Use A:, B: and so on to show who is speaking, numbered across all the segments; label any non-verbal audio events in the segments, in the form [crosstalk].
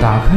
A: 打开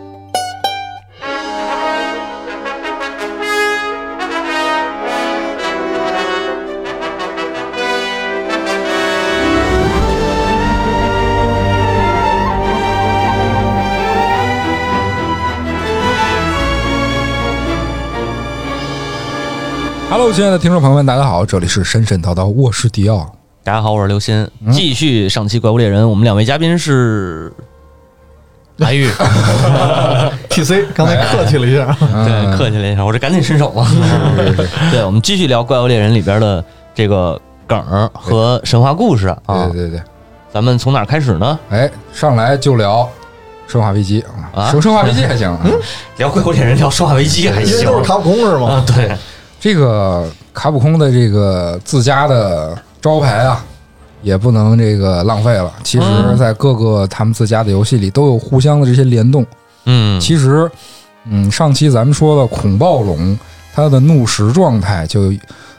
A: Hello，亲爱的听众朋友们，大家好，这里是神神叨叨，我是迪奥。
B: 大家好，我是刘鑫，继续上期《怪物猎人》，我们两位嘉宾是白玉，
C: TC 刚才客气了一下，
B: 对，客气了一下，我这赶紧伸手嘛。对，我们继续聊《怪物猎人》里边的这个梗儿和神话故事啊
D: 对，对对，
B: 咱们从哪儿开始呢？
D: 哎，上来就聊《生化危机》
B: 啊
D: 生生化危机》还行。
A: 嗯
B: 聊《怪物猎人》，聊《生化危机》还
C: 因为
B: 行
C: 都是卡普空是吗？
B: 啊，对，
D: 这个卡普空的这个自家的招牌啊，也不能这个浪费了。其实，
B: 嗯
D: 在各个他们自家的游戏里都有互相的这些联动。
B: 嗯，
D: 其实，嗯，上期咱们说了恐暴龙，它的怒食状态就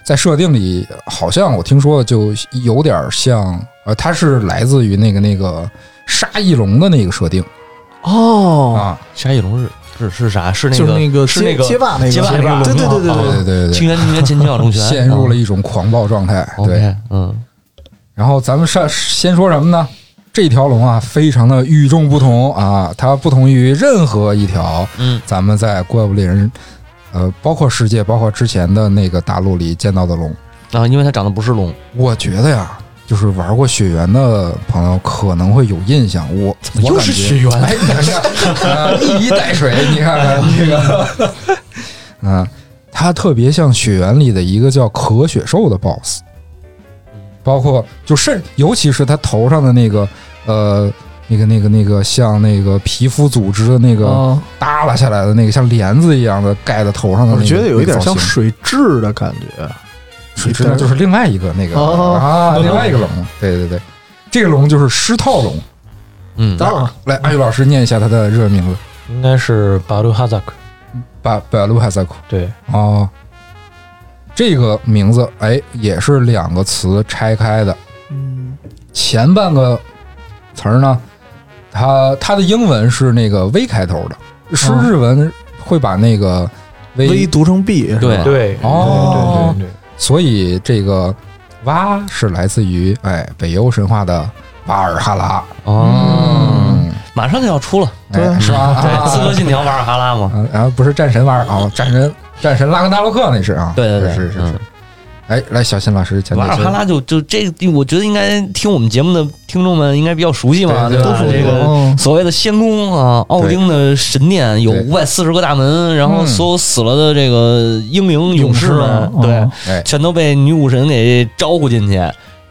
D: 在设定里，好像我听说了就有点像，呃，它是来自于那个那个沙翼龙的那个设定
B: 哦，
D: 啊。
B: 沙翼龙是是是啥？是那
C: 就是
B: 个
C: 那个
B: 是
C: 街
B: 那个
C: 街霸那个啊
B: 街霸那个
C: 对对对
B: 龙
C: 对对
B: 吗
C: 对，
D: 对对对对，
B: 清源清源剑教龙泉
D: 陷入了一种狂暴状态。对，
B: OK，嗯，
D: 然后咱们上先说什么呢？这条龙啊，非常的与众不同啊，它不同于任何一条，
B: 嗯，
D: 咱们在怪物猎人，呃，包括世界，包括之前的那个大陆里见到的龙。
B: 啊，因为它长得不是龙，
D: 我觉得呀，就是玩过血缘的朋友可能会有印象。我我感觉
B: 缘
D: 哎，你看看，啊一衣带水，你看看这个，嗯、它特别像血缘里的一个叫可血兽的 BOSS，包括就甚，尤其是它头上的那个呃。那个、那个、那个，像那个皮肤组织的那个
B: 啊，
D: 耷拉下来的那个，像帘子一样的盖在头上的那
C: 我
D: 个，
C: 觉得有一点
D: 那个造型
C: 像水蛭的感觉，
D: 水池呢，就是另外一个那个
C: 哦
D: 啊，另外一个龙，对对对，这个龙就是狮套龙。
B: 嗯，
C: 当然了
D: 来，阿宇老师念一下它的日文名字，
E: 应该是巴鲁哈扎克。
D: 巴巴鲁哈萨库。
E: 对，
D: 哦，这个名字哎，也是两个词拆开的。
C: 嗯，
D: 前半个词儿呢，它它的英文是那个 V 开头的，是
C: 嗯
D: 日文会把那个 V，,、
C: 微读成 B 是吧
E: 对，
B: 对
D: 哦
E: 对对对
D: 所以这个
F: 啊
D: 哇是来自于哎北欧神话的瓦尔哈拉。
B: 哦，
D: 嗯，
B: 马上就要出了，
D: 哎
C: 对
D: 是吧？
B: 对，《
D: 啊
B: [laughs] 刺客信条》瓦尔哈拉嘛，
D: 啊，然后不是战神玩意儿啊，战神战神拉格纳洛克那是啊，
B: [laughs] 对对对，
D: 是是是
B: 嗯。
D: 哎，来，小新老师讲
B: 瓦尔
D: 解
B: 哈拉就就这个地，我觉得应该听我们节目的听众们应该比较熟悉嘛，
D: 对对
B: 吧？
D: 对
B: 这个
C: 哦
B: 所谓的仙宫啊，奥丁的神殿有
D: 对
B: 五百四十个大门，然后
D: 嗯
B: 所有死了的这个英灵勇士们，
C: 勇士
B: 对
C: 哦，
D: 哎
B: 全都被女武神给招呼进去。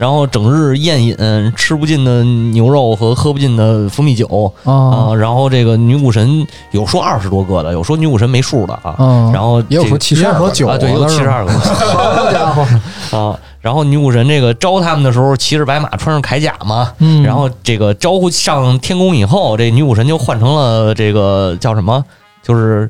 B: 然后整日宴饮，吃不尽的牛肉和喝不尽的蜂蜜酒啊、
C: 啊
B: 然后这个女武神有说二十多个的，有说女武神没数的啊。
C: 啊，
B: 然后
D: 也有说
B: 这个
D: 七十二
C: 和酒
B: 啊，对，有七十二个
C: 好家伙，
B: [laughs] 啊。然后女武神这个招他们的时候，骑着白马，穿上铠甲嘛。
C: 嗯
B: 然后这个招呼上天宫以后，这女武神就换成了这个叫什么，就是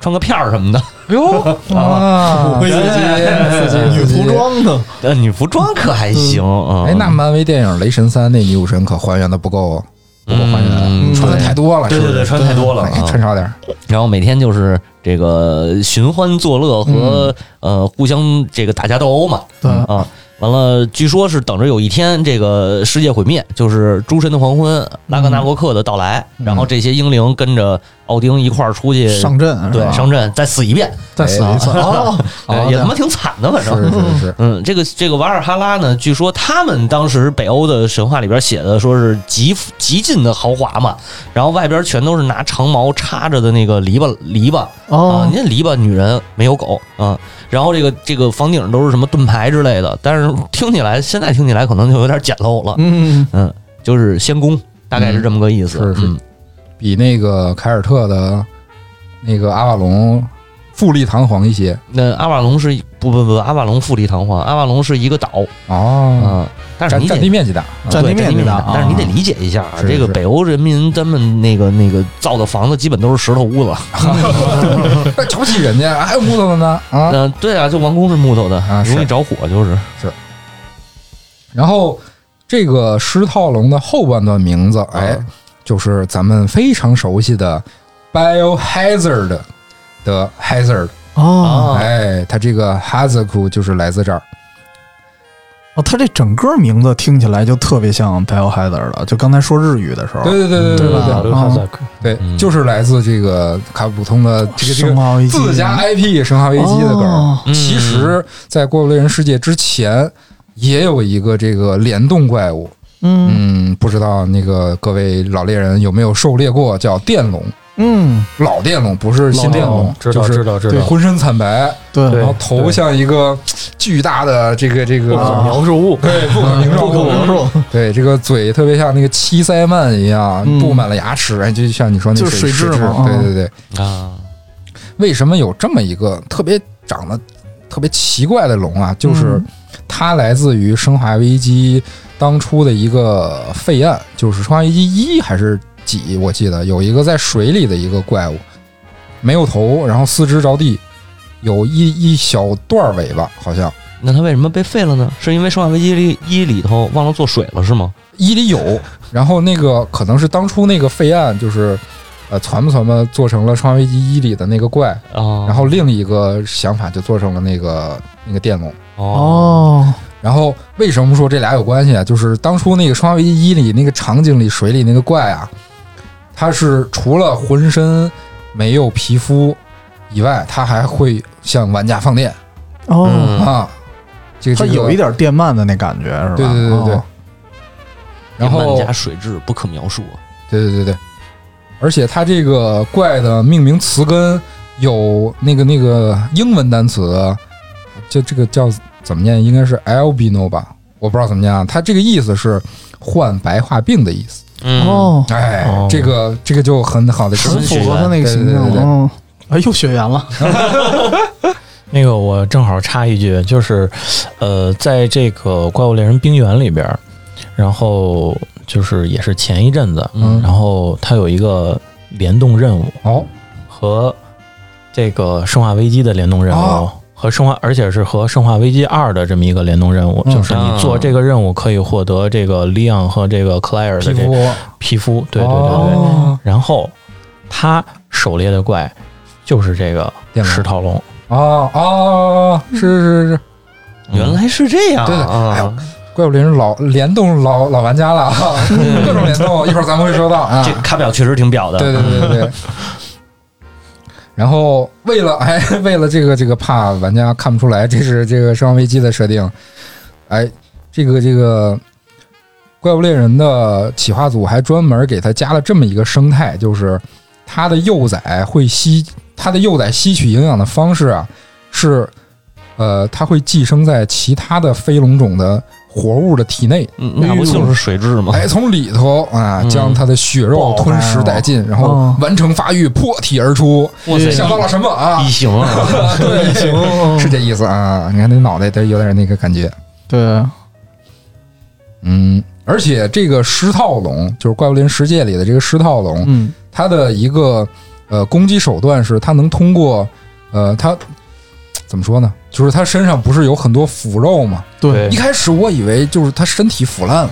B: 穿个片儿什么的，
D: 哟啊，
B: 哎
D: 刺激刺激，
C: 女
D: 刺激
C: 服。装呢？
B: 呃， [laughs] 女服装可还行啊。
F: 嗯
D: 哎，那漫威电影《雷神三》那女武神可还原的不够，不够还
B: 嗯
D: 原，穿的太多了，
B: 对
D: 是不
B: 对
D: 是
B: 对，穿太多了
D: 哎
B: 啊
D: 穿。少点儿。
B: 然后每天就是这个寻欢作乐和呃互相这个打架斗殴嘛
C: 嗯对
B: 啊。完了，据说是等着有一天这个世界毁灭，就是诸神的黄昏、拉格纳洛克的到来，然后这些英灵跟着奥丁一块儿出去
C: 嗯上阵
B: 对上阵再死一遍，
C: 再死一次 [laughs] 哦，
B: 哎
C: 好
B: 也
C: 的
B: 他妈挺惨的，反正
F: 是是是，
B: 嗯，这个这个瓦尔哈拉呢，据说他们当时北欧的神话里边写的，说是极极尽的豪华嘛，然后外边全都是拿长毛插着的那个篱笆篱笆啊，
C: 哦
B: 你，看篱笆女人没有狗啊，然后这个这个房顶上都是什么盾牌之类的，但是听起来现在听起来可能就有点简陋了，
C: 嗯，
B: 嗯，就是仙宫，大概是这么个意思，
F: 嗯是是
B: 嗯
F: 比那个凯尔特的那个阿瓦隆富丽堂皇一些
B: 那阿瓦隆是不不不，阿瓦隆富丽堂皇，阿瓦隆是一个岛
F: 哦，
B: 啊，但是
F: 占
B: 你得
F: 占地面积大，啊
C: 占
B: 对
C: 地面积大，
B: 但是你得理解一下啊，
F: 是
B: 这个
F: 是
B: 北欧人民他们那个那个造的房子基本都是石头屋子。
F: 啊哎瞧不起人家，还有木头
C: [laughs]
F: 的呢啊！
B: 嗯，对啊，就王宫是木头的
F: 啊，是
B: 容易着火，就是
F: 然后这个狮套龙的后半段名字，
C: 嗯
F: 哎，就是咱们非常熟悉的 biohazard 的 hazard，
C: 哦
B: 啊，
F: 哎，它这个 hazard 就是来自这儿，
C: 哦，他这整个名字听起来就特别像 b i o h a z a r 了，就刚才说日语的时候，
F: 对对对对对
C: 吧
F: 对
G: 巴鲁哈萨克，
F: 对
B: 嗯
F: 对，就是来自这个卡普通的这个这个
C: 生化危机
F: 自家 IP 生化危机的梗儿。
C: 哦
B: 嗯
F: 其实，在《怪物猎人世界》之前，也有一个这个联动怪物，
C: 嗯
F: 嗯，不知道那个各位老猎人有没有狩猎过？叫电龙，
C: 嗯，
F: 老电龙不是新电龙，
G: 知
F: 就
G: 道知
F: 是
G: 道知
F: 对
G: 道，
F: 浑身惨白，
C: 对哦
G: 对
F: 然后头像一个巨大的这个这个。
C: 啊
G: 描述物，
F: 对，不可名状物，
G: [laughs]
C: 述，
F: 对这个嘴特别像那个七鳃鳗一样，
C: 嗯
F: 布满了牙齿，哎，就像你说那
C: 就是
F: 水
C: 水蛭
F: 蛭
C: 嘛
F: 对
C: 啊
F: 对对，
B: 啊，
F: 为什么有这么一个特别长得特别奇怪的龙啊？就是
C: 嗯
F: 它来自于《生化危机》当初的一个废案，就是《生化危机一》还是几？我记得有一个在水里的一个怪物，没有头，然后四肢着地，有一一小段尾巴，好像
B: 那他为什么被废了呢？是因为《生化危机》里一里头忘了做水了是吗？
F: 一里有。然后那个可能是当初那个废案，就是呃，传吧传吧做成了《生化危机一》里的那个怪，
B: 啊，
F: 然后另一个想法就做成了那个那个电龙。
B: 哦，
C: 哦，
F: 然后为什么说这俩有关系啊？就是当初那个《生化危机一》里那个场景里水里那个怪啊，它是除了浑身没有皮肤以外，它还会向玩家放电
C: 哦，
B: 嗯，
F: 啊。这个
C: 它
F: 这个
C: 有一点电鳗的那感觉是吧？
F: 对对对对
C: 哦，
F: 然
B: 漫
F: 后
B: 家水质不可描述啊，
F: 对对对对，而且它这个怪的命名词根有那个那个英文单词，就这个叫怎么念？应该是 albino 吧？我不知道怎么念啊。它这个意思是患白化病的意思。
B: 嗯，
C: 哦，
F: 哎，
G: 哦
F: 这个这个就很好的
B: 神
C: 很符
B: 奇
C: 合他那个形象
F: 对对对对
C: 嗯，哎，又血缘了，
G: 那个我正好插一句，就是，呃，在这个《怪物猎人冰原》里边儿，然后就是也是前一阵子，
F: 嗯
G: 然后它有一个联动任务
F: 哦
G: 和这个《生化危机》的联动任务。
F: 哦
G: 和生化，而且是和《生化危机二》的这么一个联动任务，
F: 嗯
G: 就是你做
B: 啊
G: 这个任务可以获得这个 Leon 和这个 Claire
F: 皮
G: 的这
F: 肤
G: 皮肤，对对对对，
F: 哦
G: 然后他狩猎的怪就是这个
F: 电脑
G: 石套龙，
F: 哦哦，是是是，
B: 原来是这样
F: 对的哎
B: 嗯啊
F: 呦，怪物猎人老联动老老玩家了啊，各种联动，一会儿咱们会说到啊
B: 这。卡表确实挺表的，
F: 对对对对对。然后为了哎， [laughs] 为了这个这个怕玩家看不出来这是 [laughs] 这个《生化危机》的设定，哎，这个这个怪物猎人的企划组还专门给他加了这么一个生态，就是它的幼崽会吸它的幼崽吸取营养的方式啊，是呃，它会寄生在其他的飞龙种的活物的体内，
B: 嗯，那不就是水质吗？
F: 哎，从里头啊，
B: 嗯
F: 将它的血肉吞噬殆尽，然后
C: 哦
F: 完成发育，破体而出。
B: 哇塞，
F: 想到了什么啊
B: 异？形啊，
F: 对， [laughs] 是这意思啊。你看那脑袋，它有点那个感觉。
C: 对，
F: 嗯，而且这个狮套龙，就是《怪物猎人世界》里的这个狮套龙，
C: 嗯，
F: 它的一个呃攻击手段是它能通过呃它怎么说呢？就是它身上不是有很多腐肉吗？
C: 对
F: 一，开始我以为就是他身体腐烂了，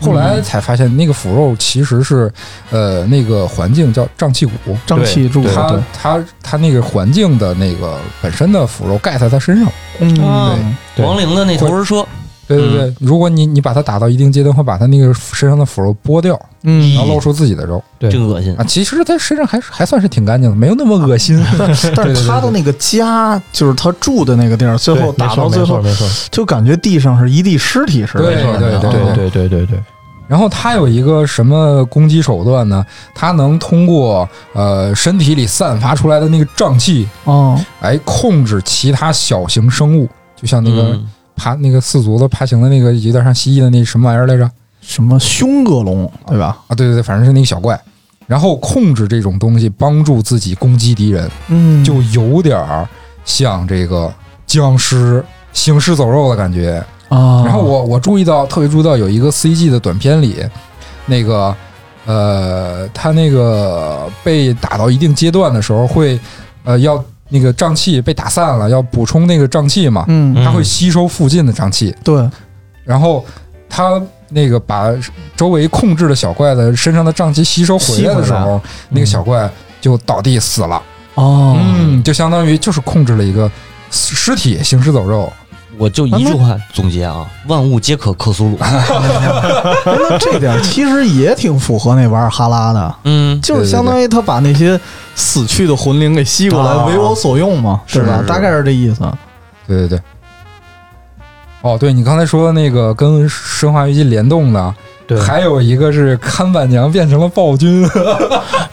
F: 后来才发现那个腐肉其实是，呃，那个环境叫瘴气谷，
C: 瘴气柱，
F: 它
C: 对，
F: 它它那个环境的那个本身的腐肉盖在他身上，
C: 嗯，
B: 啊
C: 对
B: 亡灵的那头儿说
F: 对对对，如果你你把它打到一定阶段，会把它那个身上的腐肉剥掉，
C: 嗯
F: 然后露出自己的肉
G: 对
B: 真恶心
F: 啊。其实它身上还是还算是挺干净的，没有那么恶心。
C: 但
F: [laughs] 对对
C: 是
F: 对
C: 他的那个家，就是他住的那个地儿，最后
G: 对没
C: 打
G: 错
C: 到最后，
G: 没错，没
C: 就感觉地上是一地尸体似的。
F: 对
C: 就是那样
F: 对
G: 错
C: 啊
G: 对对对对对，
F: 然后它有一个什么攻击手段呢？它能通过呃身体里散发出来的那个瘴气，
C: 哦，
F: 来控制其他小型生物，就像那个
B: 嗯
F: 爬、那个四足的爬行的那个有点像蜥蜴的那什么玩意儿来着？
C: 什么凶恶龙，对吧？
F: 啊，对对对，反正是那个小怪。然后控制这种东西，帮助自己攻击敌人，
C: 嗯
F: 就有点儿像这个僵尸行尸走肉的感觉。
C: 啊。
F: 然后我我注意到，特别注意到有一个 CG 的短片里，那个呃，他那个被打到一定阶段的时候会，呃要那个瘴气被打散了，要补充那个瘴气嘛，
C: 嗯，
F: 它会吸收附近的瘴气，
C: 对，
F: 然后它那个把周围控制的小怪的身上的瘴气吸收回来的时
C: 吸回
F: 候，那个小怪就倒地死了，
C: 哦，
F: 嗯，就相当于就是控制了一个尸体行尸走肉，
B: 我就一句话总结啊，万物皆可克苏鲁。
F: 啊
C: 那这点其实也挺符合那玩意儿哈拉的，
B: 嗯，
C: 就是相当于他把那些死去的魂灵给吸过来，
B: 啊
C: 为我所用嘛，
F: 是
C: 对吧
F: 是？
C: 大概是这意思。
F: 对对对。哦，对你刚才说的那个跟《生化危机》联动的，
G: 对
F: 还有一个是看板娘变成了暴君，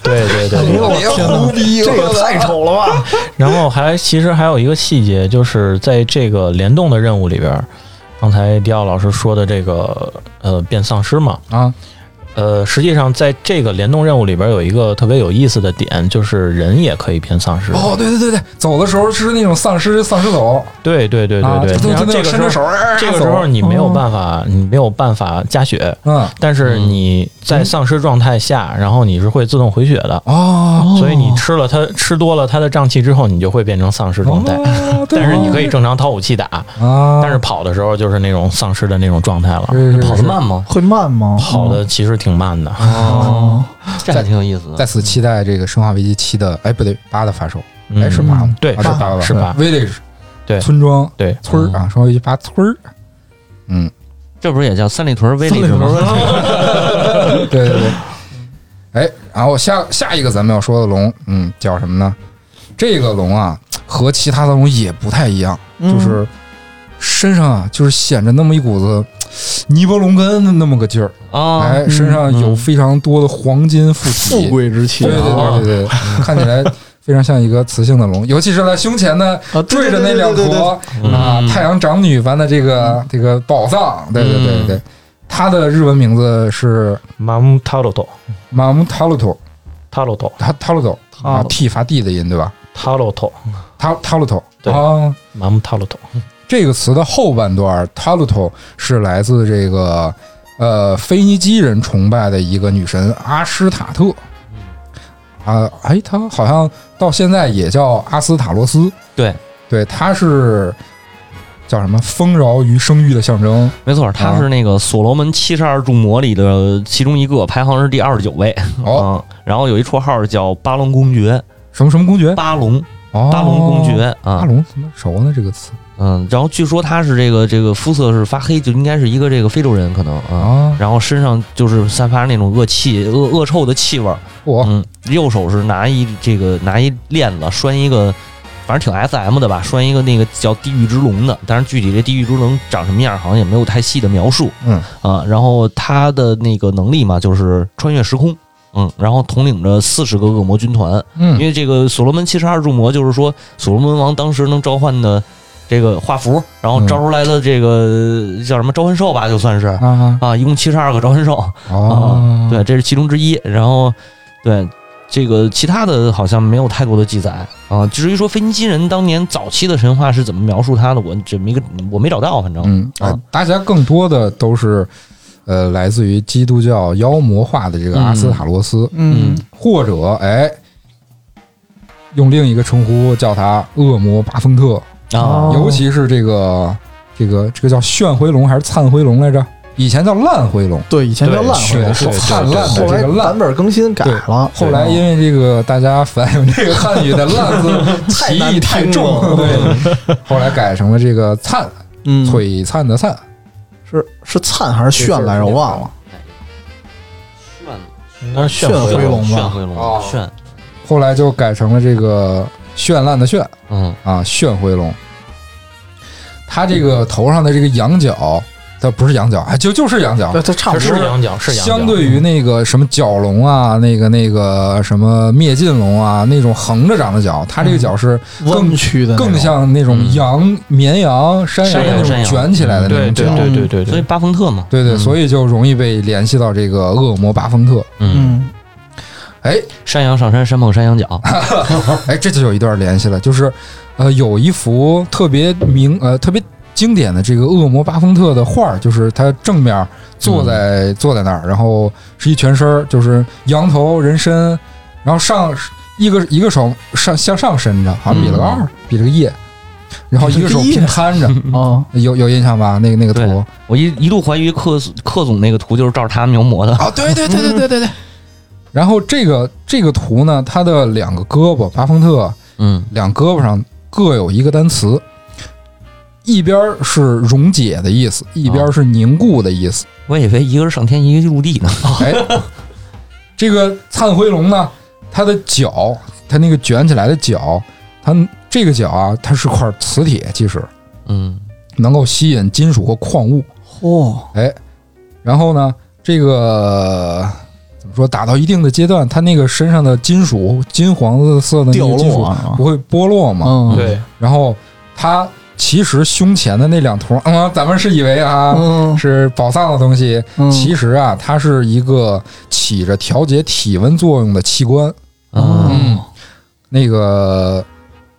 G: 对对对
F: [laughs]
G: 对。
F: 哎
C: 我天哪，这个太丑了吧！
G: 然后还其实还有一个细节，就是在这个联动的任务里边儿，刚才迪奥老师说的这个呃变丧尸嘛，
F: 啊，
G: 呃，实际上在这个联动任务里边儿有一个特别有意思的点，就是人也可以变丧尸。
F: 哦，对对对对，走的时候是那种丧尸丧尸走，
G: 对对对
F: 啊
G: 对对，
F: 就
G: 然
F: 就
G: 后
F: 那种
G: 这个时
F: 伸着手
G: 候，，
F: 哎
G: 这个时候，你没有办法，你没有办法加血，
F: 走嗯，
G: 但是你在丧尸状态下，然后你是会自动回血的。
F: 哦，
G: 所以你吃了它，吃多了它的瘴气之后，你就会变成丧尸状态。
F: 哦对
G: 但是你可以
F: 哦
G: 正常掏武器打，
F: 啊，
G: 但是跑的时候就是那种丧尸的那种状态了，
F: 是是
B: 跑
F: 是
B: 得慢吗？
C: 会慢吗？嗯
G: 跑的其实挺慢的。
F: 哦，
B: 这还挺有意思的。
F: 再次期待这个《生化危机七》的，哎，不对，八的发售，
G: 嗯
F: 哎，是八吗？
G: 对
F: 啊对
G: 八
F: 八吧
G: 是八
F: Village，
G: 对
F: 村庄
G: 对，嗯
F: 村儿啊，《生化危机八》村儿，嗯，
B: 这不是也叫三里屯威力
C: 三里屯
B: 吗？ [laughs]
F: 对对对。哎，然后下下一个咱们要说的龙，嗯，叫什么呢？这个龙啊，和其他的龙也不太一样，
C: 嗯
F: 就是身上啊，就是显着那么一股子嘖尼伯龙根的那么个劲儿，
B: 啊，
F: 哎，身上有
B: 嗯
F: 非常多的黄金附
C: 富
F: 体，
C: 贵之气
F: 对对
C: 啊
F: 对对
C: [laughs]
F: 对，看起来非常像一个雌性的龙，尤其是它胸前呢
C: 啊，
F: 缀着那两
C: 对嗯对对对对
F: 坨
B: 嗯
F: 啊太阳长女般的这个这个宝藏，对对对对
C: 嗯
F: 对，它的日文名字是
G: 马姆塔罗多，
F: 马姆塔鲁托。
G: 塔罗多，
F: 他塔鲁头啊，T 发 D 的音对吧？
G: 塔罗多，
F: 塔塔鲁头
G: 对
F: 啊，
G: 马姆塔罗多。
F: 这个词的后半段塔鲁头是来自这个呃腓尼基人崇拜的一个女神阿斯塔特。
B: 嗯
F: 啊，哎，她好像到现在也叫阿斯塔罗斯。
B: 对，
F: 对，她是叫什么？丰饶与生育的象征。
B: 没错，他是那个所罗门七十二柱魔里的其中一个，排行是第二十九位。
F: 哦，
B: 嗯，然后有一绰号叫巴龙公爵，
F: 什么什么公爵？
B: 巴龙，
F: 哦，
B: 巴龙公爵
F: 巴
B: 啊，
F: 龙怎么熟呢？这个词
B: 嗯，然后据说他是这个这个肤色是发黑，就应该是一个这个非洲人可能啊，
F: 啊，
B: 然后身上就是散发那种恶气、恶恶臭的气味儿，
F: 我
B: 嗯，右手是拿一这个拿一链子拴一个，反正挺 S M 的吧，拴一个那个叫地狱之龙的，但是具体这地狱之龙长什么样好像也没有太细的描述，
F: 嗯
B: 啊，然后他的那个能力嘛就是穿越时空，嗯，然后统领着四十个恶魔军团，因
F: 嗯
B: 为这个所罗门七十二柱魔就是说所罗门王当时能召唤的这个画符，然后招出来的这个叫什么召唤兽吧，就算是
F: 啊
B: 啊，一共七十二个召唤兽，
F: 哦，
B: 对，这是其中之一。然后，对这个其他的好像没有太多的记载啊。至于说腓尼基人当年早期的神话是怎么描述他的，我这没个我没找到，反正、
F: 嗯，
B: 啊
F: 呃大家更多的都是呃来自于基督教妖魔化的这个阿斯塔罗斯，
C: 嗯
B: 嗯
F: 或者哎，用另一个称呼叫他恶魔巴芬特，
B: 啊
C: 哦，
F: 尤其是这个这个这个叫炫回龙还是灿回龙来着？以前叫烂回龙，
C: 对，以前叫烂
F: 取
C: 回
F: 的
C: 龙，
F: 是
G: 对对
F: 灿烂
C: 后
F: 的
C: 来
F: 这个烂
C: 版。本更新改
F: 对
C: 了，
F: 后来因为这个大家反映这个汉语的“烂”字歧义太重，对，后来改成了这个“灿”，
C: 嗯，
F: 璀璨的“灿”。
C: 是是灿还是炫来着？我忘了。
B: 炫
G: 应该是
C: 炫
G: 辉
C: 辉龙吧
B: 炫回龙
F: 哦
B: 炫，
F: 后来就改成了这个绚烂的绚
B: 嗯
F: 啊，炫回龙。他这个头上的这个羊角，它不是羊角，啊就就是羊角
C: 对，，它差
G: 它
C: 不
G: 是
C: 多。
G: 羊角，是羊角。
F: 相对于那个什么角龙啊，那个那个什么灭尽龙啊，那种横着长的角，它这个角是
C: 弯
F: 更
C: 曲的那种，
F: 更像那种
B: 嗯
F: 羊、绵羊、山羊
B: 山羊山
F: 那种
B: 羊
F: 卷起来的那
G: 对
F: 种
G: 对
F: 角。
G: 对对对
B: 所以
G: 对，
B: 巴冯特嘛，
F: 对对，
G: 嗯
F: 所以就容易被联系到这个恶魔巴丰特。
B: 嗯，
C: 嗯，
F: 哎
B: 山羊上山，山碰山羊 [laughs] 角，
F: 哎，这就有一段联系了，就是呃，有一幅特别明呃特别经典的这个恶魔巴丰特的画儿，就是他正面坐在、坐在那儿，然后是一全身儿，就是羊头人身，然后上一个一个手上向上伸着，好像比了个二、
B: 嗯
F: 比了个耶，然后一个
C: 比了
F: 手
C: 个耶
F: 平摊着，
C: 哦，
F: [laughs] 有有印象吧？那个那个
B: 对
F: 图
B: 我一一度怀疑克苏克总那个图就是照着他描摹的，
F: 啊，对对对对对对对。然后这个这个图呢，他的两个胳膊，巴丰特
B: 嗯
F: 两胳膊上各有一个单词，一边儿是溶解的意思，一边
C: 啊
F: 儿是凝固的意思。
B: 我以为一个是上天，一个是入地呢。
F: 哎，这个灿辉龙呢，它的脚，它那个卷起来的脚，它这个脚啊，它是块磁铁，其实
B: 嗯，
F: 能够吸引金属和矿物。
C: 嚯，
F: 然后呢，这个怎么说，打到一定的阶段，它那个身上的金属金黄色的那
C: 掉
F: 个金
C: 落
F: 属
C: 啊
F: 不会剥落嘛？
C: 嗯，
G: 对
F: 然后它其实胸前的那两坨，嗯，咱们是以为啊。
C: 嗯，
F: 是宝藏的东西，
C: 嗯
F: 其实啊，它是一个起着调节体温作用的器官。
B: 嗯，
F: 嗯，那个，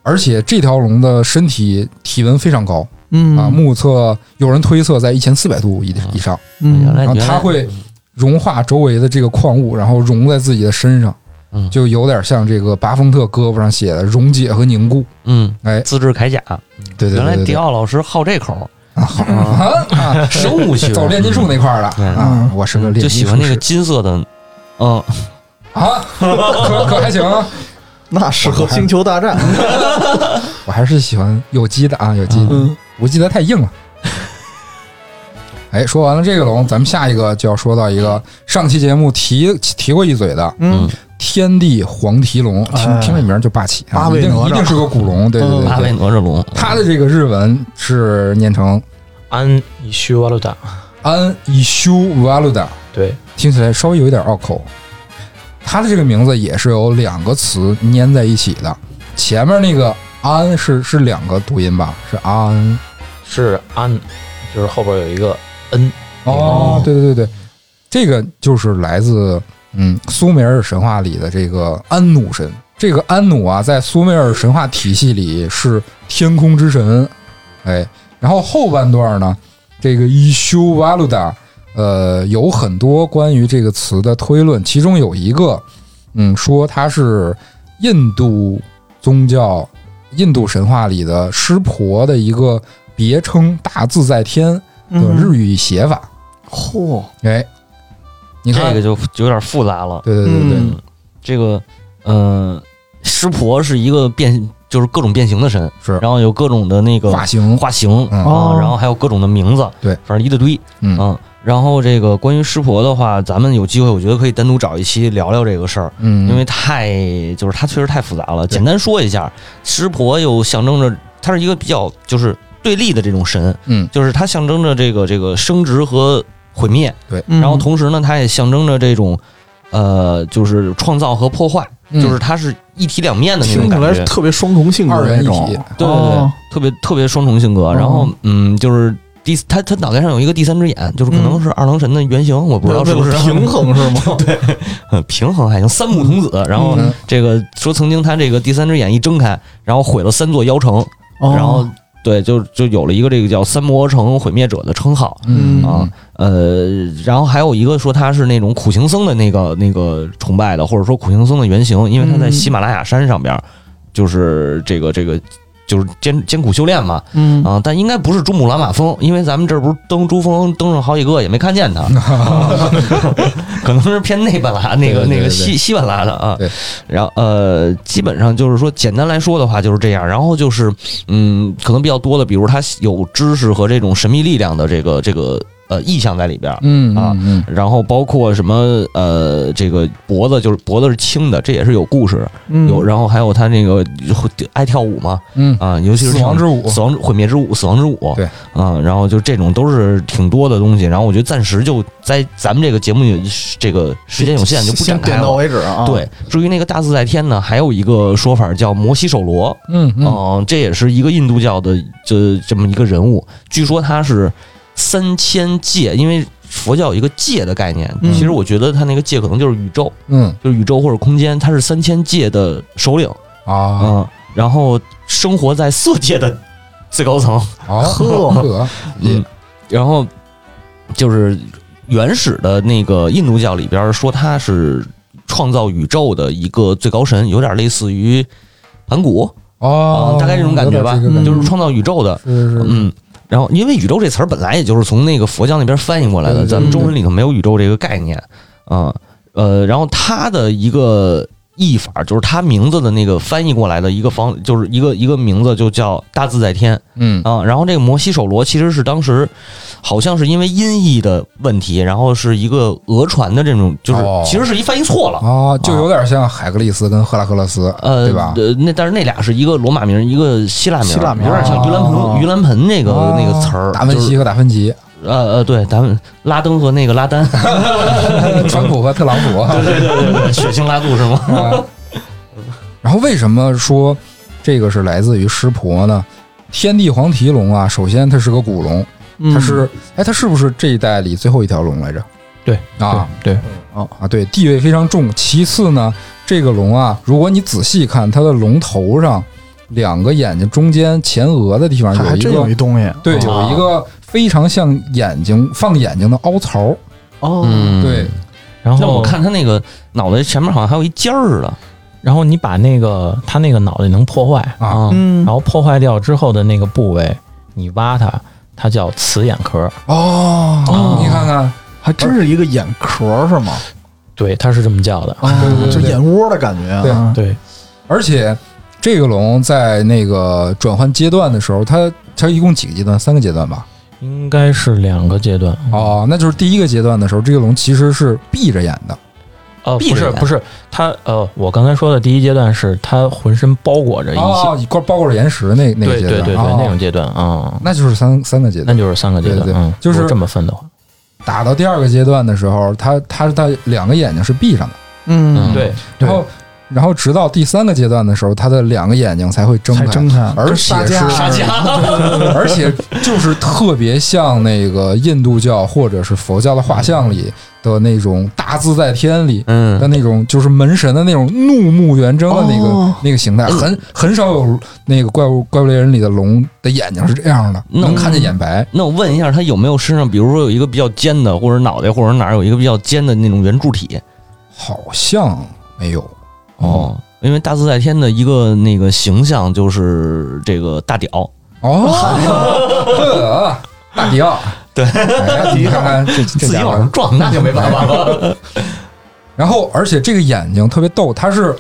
F: 而且这条龙的身体体温非常高
C: 嗯
F: 啊，目测有人推测在一千四百度以以上，
C: 嗯
B: 原来
F: 然后
B: 原
F: 它
B: 来
F: 会融化周围的这个矿物，然后融在自己的身上
B: 嗯，
F: 就有点像这个巴丰特胳膊上写的溶解和凝固。
B: 嗯，
F: 哎，
B: 自制铠甲。
F: 对对
B: 原来
F: 对对
B: 迪
F: 对，
B: 奥老师好这口，
F: 啊好啊 [laughs] 啊
B: 生物学
F: 走炼金术那块儿的
B: 嗯
F: 啊，我是个
B: 嗯
F: 炼
B: 就
F: 金术
B: 喜
F: 士
B: 欢那个金色的，嗯，
F: 啊，可可还行啊，
C: 那适合星球大战，
F: [laughs] 我还是喜欢有机的啊，有机的，
C: 嗯
F: 无机的太硬了。 [laughs] 哎，说完了这个龙，咱们下一个就要说到一个上期节目提提过一嘴的
C: 嗯，
F: 天地黄蹄龙，听
C: 哎
F: 听这名儿就霸气
C: 八
F: 啊，
C: 位
F: 一定
C: 哪吒
F: 一定是个古龙，对
C: 嗯
F: 对对
B: 八
F: 对
B: 位
F: 对。
B: 哪吒龙，
F: 它的这个日文是念成
G: 安以虚瓦鲁达，
F: 安伊修瓦鲁达，
G: 对，
F: 听起来稍微有一点拗口。它的这个名字也是有两个词粘在一起的，前面那个安是是两个读音吧？是安
G: 是安，就是后边有一个 n，
F: 哦，对对对对，这个就是来自嗯苏美尔神话里的这个安努神。这个安努啊，在苏美尔神话体系里是天空之神，哎，然后后半段呢，这个伊修瓦鲁达，呃，有很多关于这个词的推论，其中有一个，嗯，说它是印度宗教、印度神话里的湿婆的一个别称“大自在天”
C: 嗯
F: 的日语写法。
C: 嚯，
F: 哎，你
B: 这
F: 看
B: 个就就有点复杂了。
F: 对对对对，
C: 嗯
B: 这个，嗯，湿婆是一个变，就是各种变形的神，
F: 是
B: 然后有各种的那个
F: 发型，
B: 化形
F: 嗯
B: 啊
C: 哦，
B: 然后还有各种的名字，
F: 对
B: 反正一大堆，
F: 嗯
B: 嗯。然后这个关于湿婆的话，咱们有机会，我觉得可以单独找一期聊聊这个事儿，
F: 嗯，
B: 因为太就是它确实太复杂了。
F: 对
B: 简单说一下，湿婆又象征着它是一个比较就是对立的这种神，
F: 嗯
B: 就是它象征着这个这个升值和毁灭，
C: 然
B: 然后同时呢，它也象征着这种呃，就是创造和破坏，
F: 嗯
B: 就是它是一体两面的那
C: 听
B: 种
C: 起
B: 感
C: 来
B: 觉
C: 是。特别双重性格
F: 二元
C: 那
F: 一
C: 种
F: 体，
B: 对对对
C: 哦，
B: 特别特别双重性格。然后嗯，就是第他他脑袋上有一个第三只眼，就是可能
C: 嗯
B: 是二郎神的原型，我不知道是不
C: 为
B: 是
C: 了平衡是吗？对，
B: 嗯平衡还行，三目童子。然后
F: 嗯
B: 这个说曾经他这个第三只眼一睁开，然后毁了三座妖城， [laughs] 然
C: 哦
B: 后对就就有了一个这个叫三魔城毁灭者的称号。
F: 嗯
B: 啊，呃，然后还有一个说他是那种苦行僧的那个那个崇拜的，或者说苦行僧的原型，因为他在
C: 嗯
B: 喜马拉雅山上边儿，就是这个这个就是艰艰苦修炼嘛，
C: 嗯
B: 啊，但应该不是珠穆朗玛峰，因为咱们这儿不是登珠峰登上好几个也没看见它，
F: [laughs]
B: 可能是偏内半拉那个
F: 对对对
B: 那个
F: 对
B: 西西半拉的啊
F: 对。
B: 然后呃，基本上就是说，简单来说的话就是这样。然后就是嗯，可能比较多的，比如它有知识和这种神秘力量的这个这个。呃意象在里边儿。
F: 嗯
B: 啊
F: 嗯
B: 然后包括什么呃，这个脖子就是脖子是青的，这也是有故事。
C: 嗯
B: 有，然后还有他那个爱跳舞嘛，
F: 嗯
B: 啊，尤其是
F: 死亡之舞
B: 死亡毁灭之舞、死亡之舞，
F: 对，
B: 啊，然后就这种都是挺多的东西。然后我觉得暂时就在咱们这个节目里这个时间有限，就不展
C: 先
B: 开
C: 点到
B: 了。
C: 为止啊。，
B: 对，至于那个大自在天呢，还有一个说法叫摩西首罗，
F: 嗯
B: 嗯、
F: 嗯
B: 这也是一个印度教的这这么一个人物，据说他是三千界，因为佛教有一个界的概念，
C: 嗯
B: 其实我觉得他那个界可能就是宇宙，
F: 嗯
B: 就是宇宙或者空间，他是三千界的首领，
F: 啊
B: 嗯，然后生活在色界的最高层，[laughs]
F: 啊
C: 呵
F: 呵，
B: 嗯，然后就是原始的那个印度教里边说他是创造宇宙的一个最高神，有点类似于盘古，
F: 哦
B: 啊，大概这种感觉吧
F: 有点这个感觉
B: 就是创造宇宙的，
F: 是嗯是是，
B: 嗯。然后，因为宇宙这词儿本来也就是从那个佛教那边翻译过来的，
F: 对对
B: 咱们中文里头没有宇宙这个概念啊。呃，然后他的一个译法就是他名字的那个翻译过来的一个方，就是一个一个名字就叫大自在天
F: 嗯
B: 啊。然后这个摩西首罗其实是当时好像是因为音译的问题，然后是一个讹传的这种，就是
F: 哦
B: 其实是一翻译错了。
F: 啊，就有点像海格力斯跟赫拉克勒斯，
B: 呃，
F: 对吧？
B: 呃，那但是那俩是一个罗马名，一个希腊名，
C: 希腊名
B: 有点像盂兰
C: 哦
B: 盆盂兰盆那个那个词儿，
F: 哦达芬
B: 就是
F: 奇和达芬奇， [laughs]
B: 呃呃，对，咱们拉登和那个拉丹，
F: 川普和特朗普，
B: [laughs] 对对对，血腥拉肚是吗？
F: 啊然后为什么说这个是来自于湿婆呢？天帝黄蹄龙啊，首先它是个古龙，
G: 嗯
F: 它是哎，它是不是这一代里最后一条龙来着？
G: 对
F: 啊
G: 对，
C: 哦
F: 啊，对，地位非常重。其次呢，这个龙啊，如果你仔细看它的龙头上两个眼睛中间前额的地方
C: 还
F: 有一
C: 真
F: 个
C: 有一东西。
B: 嗯
F: 对，
C: 啊
F: 有一个非常像眼睛放眼睛的凹槽，
C: 哦，
B: 嗯
F: 对。，
G: 然
B: 那
G: 后
B: 我看他那个脑袋前面好像还有一尖儿似的，
G: 然后你把那个他那个脑袋能破坏，
F: 啊
C: 嗯
G: 然，后破坏掉之后的那个部位，你挖它，它叫瓷眼壳。
F: 哦，你看看，
C: 还真是一个眼壳是吗？
G: 对，它是这么叫的。
B: 啊
F: 对对
C: 就
F: 对
C: 眼窝的感觉。
F: 对
C: 啊，
G: 对，
F: 而且这个龙在那个转换阶段的时候，它它一共几个阶段？三个阶段吧。
G: 应该是两个阶段。
F: 哦，那就是第一个阶段的时候，这个龙其实是闭着眼的。
G: 呃，
B: 闭
G: 不
B: 着
G: 是
B: 眼
G: 不是，它呃，我刚才说的第一阶段是它浑身包裹着一些，
F: 哦，你包包括岩石那那个
G: 对
F: 阶
G: 对
F: 段，
G: 对对，
F: 哦
G: 那种阶段啊、嗯
F: 那就是三三个阶
G: 那
F: 段。
G: 就是三个阶段，
F: 对对
G: 嗯，
F: 就是
G: 如果这么分的话，
F: 打到第二个阶段的时候，它它它两个眼睛是闭上的，
C: 嗯
B: 嗯，
G: 对，
F: 然后然后直到第三个阶段的时候，它的两个眼睛才会睁
C: 才
F: 开，
C: 睁开，
F: 而且
C: 这
F: 是
C: 杀价
F: [laughs] 而且就是特别像那个印度教或者是佛教的画像里的那种大自在天里的
B: 嗯，
F: 那种，就是门神的那种怒目圆睁的那个、
C: 哦
F: 那个形态，很很少有那个怪物怪物猎人里的龙的眼睛是这样的，
B: 嗯
F: 能看见眼白。
B: 那我问一下，他有没有身上，比如说有一个比较尖的，或者脑袋或者哪儿有一个比较尖的那种圆柱体？
F: 好像没有，
B: 哦，因为大自在天的一个那个形象就是这个大屌， [laughs]
F: 哦，呵大迪奥，
B: 对
F: 哎，你看看这这
B: 自己
F: 家
B: 往
F: 伙
B: 上。撞，那就没办法了。
F: [laughs] 然后，而且这个眼睛特别逗，它是，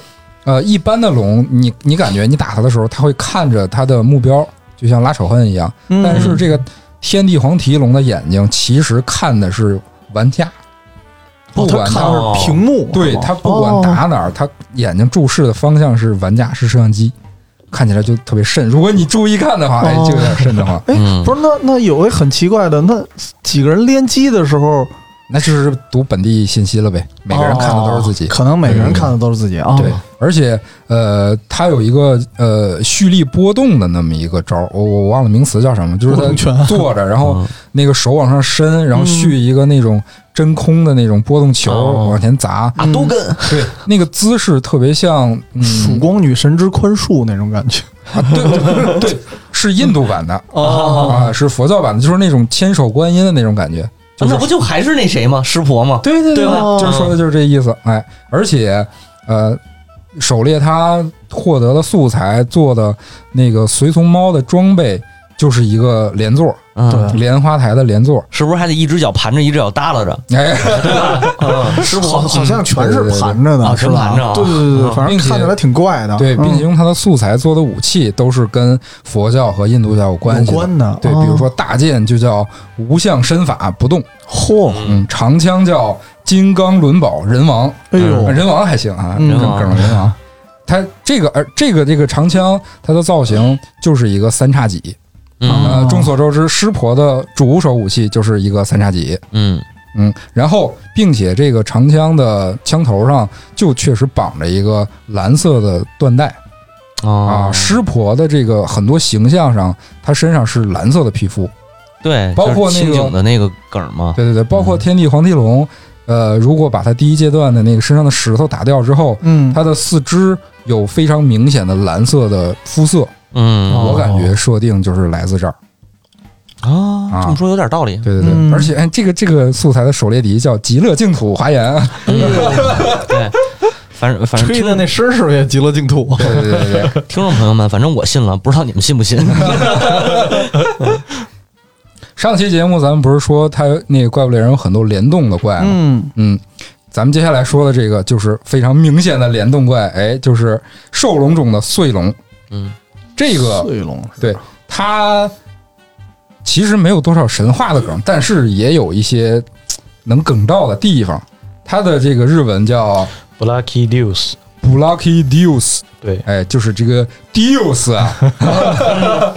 F: 呃，一般的龙，你你感觉你打它的时候，它会看着它的目标，就像拉仇恨一样。
B: 嗯
C: 嗯
F: 但
C: 哦
F: 是这个天地黄蹄龙的眼睛其实看的是玩家，不管它是、
B: 哦
C: 屏幕，
F: 对它不
C: 哦
F: 管打哪儿，它眼睛注视的方向是玩家是摄像机，看起来就特别瘆。如果你注意看的话，哎，
C: 哦
F: 就有点瘆得慌。
C: 哎
B: 嗯，
C: 不是，那那有一很奇怪的，那几个人联机的时候，
F: 那就是读本地信息了呗，每个人看的都是自己
C: 哦。可能每个
B: 嗯
C: 人看的都是自己啊。
F: 对，而且呃，它有一个呃蓄力波动的那么一个招儿，我我忘了名词叫什么，就是
C: 波动
F: 它
C: 拳啊嗯
F: 坐着，然后那个手往上伸，然后蓄一个那种真空的那种波动球
G: 哦
F: 往前砸，
B: 啊都跟
F: 对，那个姿势特别像嗯，
C: 曙光女神之宽恕那种感觉。
F: 啊对对对，是印度版的
C: 哦，
F: 啊，是佛教版的，就是那种千手观音的那种感觉，就
B: 啊那
F: 是
B: 不就还是那谁吗？湿婆吗？
F: 对对
B: 对吧
F: 就是说的就是这意思。哎，而且呃，狩猎它获得的素材做的那个随从猫的装备就是一个连座，
B: 嗯，
C: 对
F: 莲花台的莲座，
B: 是不是还得一只脚盘着，一只脚耷拉着？
F: 哎，
C: 师傅 [laughs] 好像全是
F: 嗯对哦对对
C: 盘着
B: 啊
C: 的，
B: 全
C: 是吧
B: 盘着啊
C: 对对对对，反正
F: 并且
C: 看起来挺怪的。
F: 嗯对，
C: 嗯
F: 并且用它的素材做的武器都是跟佛教和印度教有关
C: 有
F: 系的。
C: 关的，
F: 对，
C: 哦
F: 比如说大剑就叫无相身法不动，
C: 嚯，
F: 嗯，长枪叫金刚轮宝人王，
C: 哎呦，
F: 人王还行啊，
C: 嗯
F: 这
B: 人王
F: 梗儿人王。它这个而这个这个长枪，它的造型就是一个三叉戟。
B: 嗯
C: 啊
F: 呃，众所周知，湿婆的主手武器就是一个三叉戟。
B: 嗯
F: 嗯，然后并且这个长枪的枪头上就确实绑着一个蓝色的缎带啊。
B: 哦，
F: 湿婆的这个很多形象上，她身上是蓝色的皮肤。
B: 对，
F: 包括
B: 就是
F: 那个
B: 清景的那个梗儿嘛，
F: 对对对，包括天地黄帝龙，呃，如果把他第一阶段的那个身上的石头打掉之后，
C: 嗯，
F: 他的四肢有非常明显的蓝色的肤色，
B: 嗯
F: 我感觉设定就是来自这儿。
B: 啊，这么说有点道理。
F: 对对对，
C: 嗯
F: 而且哎，这个这个素材的狩猎敌叫极乐净土华严，
B: 嗯 [laughs] 对，反正反正
C: 吹
B: 听
C: 的那声儿是不是也极乐净土？
F: 对对对对对，
B: 听众朋友们，反正我信了，不知道你们信不信。
F: 上期节目咱们不是说他那个怪物猎人有很多联动的怪吗？
C: 嗯，
F: 嗯。咱们接下来说的这个就是非常明显的联动怪，哎，就是兽龙中的碎龙。
B: 嗯
F: 这个
C: 碎龙是
F: 对它其实没有多少神话的梗，但是也有一些嘖能梗到的地方。它的这个日文叫
G: Blacky Deuce，
F: Blocky Deus，
G: 对，
F: 哎，就是这个 Deus 啊 [laughs]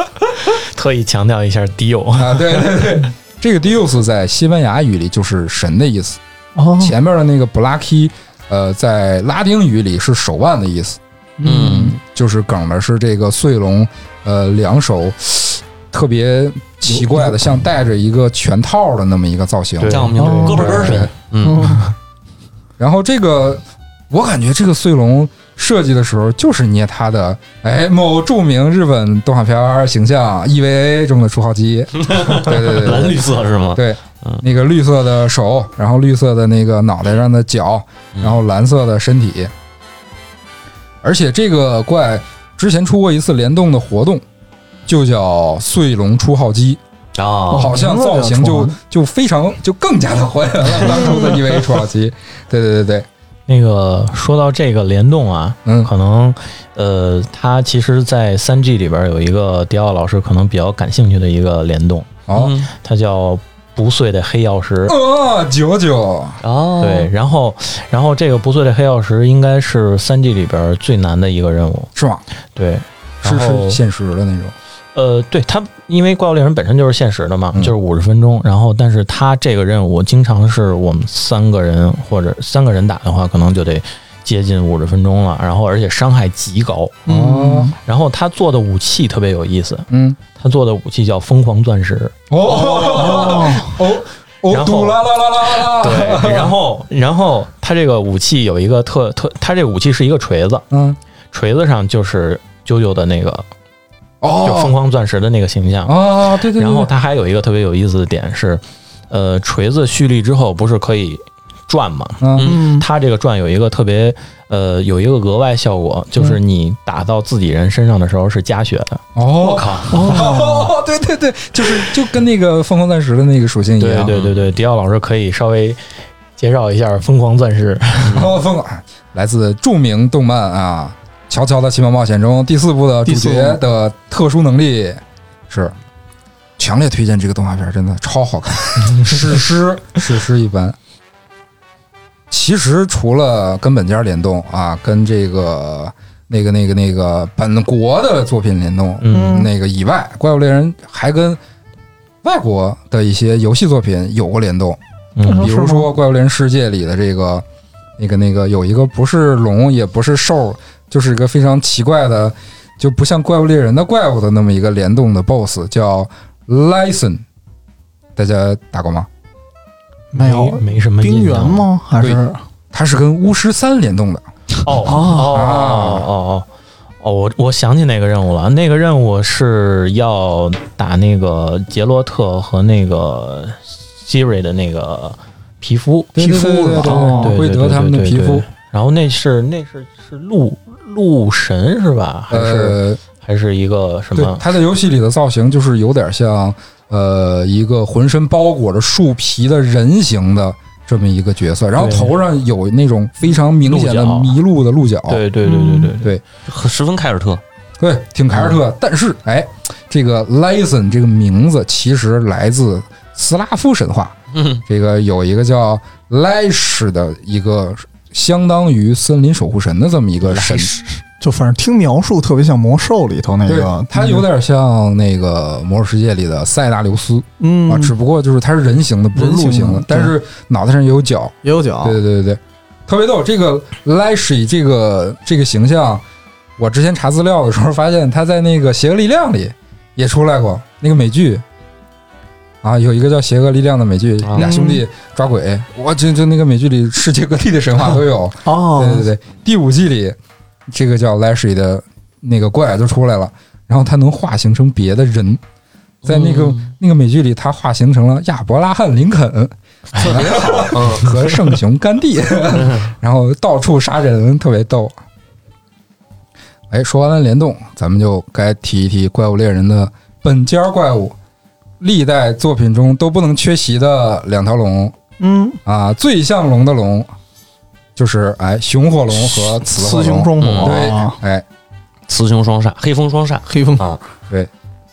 G: 特意强调一下 Dio，
F: 啊，对对对，这个 Deus 在西班牙语里就是神的意思，
C: 哦，
F: 前面的那个 Blocky，呃，在拉丁语里是手腕的意思，
B: 嗯，
F: 就是梗的是这个碎龙，呃，两手嘶特别奇怪的，像带着一个拳套的那么一个造型，
B: [laughs]
G: 对
B: 像我们有胳膊根儿神，嗯，
F: 然后这个，我感觉这个碎龙设计的时候，就是捏它的哎某著名日本动画片儿形象 EVA 中的初号机， [laughs] 对对对
B: 蓝
F: 对，
B: 绿色是吗？
F: 对
B: 嗯
F: 那个绿色的手，然后绿色的那个脑袋上的角，
B: 嗯
F: 然后蓝色的身体，而且这个怪之前出过一次联动的活动。就叫碎龙出号机，
B: 啊，
F: 好像造型就就非常就更加的还原了当初的 EVA 出号机。对对对对，
G: 那个说到这个联动啊，
F: 嗯，
G: 可能呃，它其实，在三 G 里边有一个迪奥老师可能比较感兴趣的一个联动，
F: 哦，
B: 嗯
G: 它叫不碎的黑曜石。
F: 哦，九九，
B: 哦，
G: 对，，然后，然后这个不碎的黑曜石应该是三 G 里边最难的一个任务。
F: 是吧？
G: 对，
F: 是
G: 然后
F: 是现实的那种，
G: 呃，对它，因为怪物猎人本身就是限时的嘛，
F: 嗯
G: 就是五十分钟。然后，但是它这个任务经常是我们三个人或者三个人打的话，可能就得接近五十分钟了。然后，而且伤害极高。
F: 哦，
G: 然后他做的武器特别有意思，
F: 嗯，
G: 他做的武器叫疯狂钻石。
F: 哦哦哦，
G: 然后
F: 嘟啦啦啦啦啦，
G: [laughs] 对，然后然后他这个武器有一个特特，他这个武器是一个锤子，
F: 嗯，
G: 锤子上就是啾啾的那个就
F: 哦
G: 疯狂钻石的那个形象。
F: 哦，对对对，
G: 然后它还有一个特别有意思的点是，呃，锤子蓄力之后不是可以转吗？
F: 嗯
C: 嗯，
G: 它这个转有一个特别呃有一个额外效果，就是你打到自己人身上的时候是加血的。
F: 哦
B: 我。靠，
F: 哦，对对对，就是就跟那个疯狂钻石的那个属性一
G: 对
F: 样，
G: 对对对，迪奥老师可以稍微介绍一下疯狂钻石。
F: [laughs] 哦，疯狂来自著名动漫啊《乔乔的奇妙冒险》中第四部的主
C: 第四部
F: 角的特殊能力是，强烈推荐这个动画片，真的超好看，史诗史诗一般。其实除了跟本家联动啊，跟这个那个那个那个本国的作品联动，
G: 嗯
F: 那个以外，《怪物猎人》还跟外国的一些游戏作品有过联动。
G: 嗯
F: 比如说《怪物猎人世界》里的这个那个那个有一个不是龙也不是兽，就是一个非常奇怪的，就不像怪物猎人的怪物的那么一个联动的 BOSS，叫 Lyson。大家打过吗？
C: 没有
G: 没什么
C: 冰
G: 印象
C: 原？吗？还
F: 对
C: 是
F: 它是跟巫师三联动的。
G: 哦哦哦哦哦哦！我我想起那个任务了，那个任务是要打那个杰洛特和那个希瑞的那个皮肤，
F: 对对
C: 皮肤
F: 对对
C: 了
F: 对
C: 哦
F: 对，会得他们的皮肤。。
G: 然后那是那是是鹿鹿神是吧？还是
F: 呃，
G: 还是一个什
F: 对
G: 么，？
F: 它在游戏里的造型就是有点像呃一个浑身包裹着树皮的人形的这么一个角色，然后
G: 对
F: 头上有那种非常明显的
G: 鹿角
F: 麋鹿的鹿角，
G: 对对对对对，
B: 很十分凯尔特，
F: 对，挺凯尔特。
G: 嗯
F: 但是，哎，这个 Lyson 这个名字其实来自斯拉夫神话，
B: 嗯，
F: 这个有一个叫莱什的一个相当于森林守护神的这么一个神，
C: 就反正听描述特别像魔兽里头那
F: 对
C: 个，，嗯
F: 他有点像那个《魔兽世界》里的塞纳留斯
C: 嗯
F: 啊，只不过就是他是人形的，不是
C: 人
F: 鹿
C: 形
F: 形
C: 的啊
F: 的，但是脑袋上也有角。
C: 也有脚，
F: 对对对对对，特别逗。这个 Lash 这个这个形象，我之前查资料的时候发现他在那个《邪恶力量》里也出来过，那个美剧啊，有一个叫《邪恶力量》的美剧，
B: 啊
F: 俩兄弟抓鬼，我就就那个美剧里世界各地的神话都有。对
C: 哦
F: 对，对，第五季里这个叫 Lash 的那个怪就出来了，然后他能化形成别的人。在那个、那个美剧里，他化形成了亚伯拉罕·林肯，特别好， [laughs] 嗯和圣雄甘地， [laughs] 然后到处杀人，特别逗。哎，说完了联动，咱们就该提一提《怪物猎人》的本家怪物，历代作品中都不能缺席的两条龙
C: 嗯，
F: 啊，最像龙的龙就是哎熊火龙和雌火
C: 雌雄
F: 龙，
C: 双
B: 嗯
C: 虎
F: 对
C: 啊，，
F: 哎，
B: [laughs] 雌雄双煞，黑风双煞，
C: 黑风
B: 啊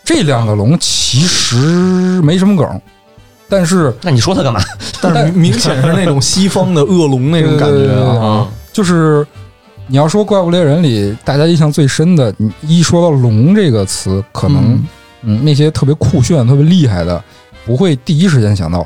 F: 这两个龙其实没什么梗，但是
B: 那你说它干嘛？
C: 但是明明显是那种西方的恶龙那种感觉啊，
B: 啊，
F: 呃就是你要说《怪物猎人》里大家印象最深的，你一说到“龙”这个词，可能
C: 嗯
F: 嗯那些特别酷炫、特别厉害的，不会第一时间想到。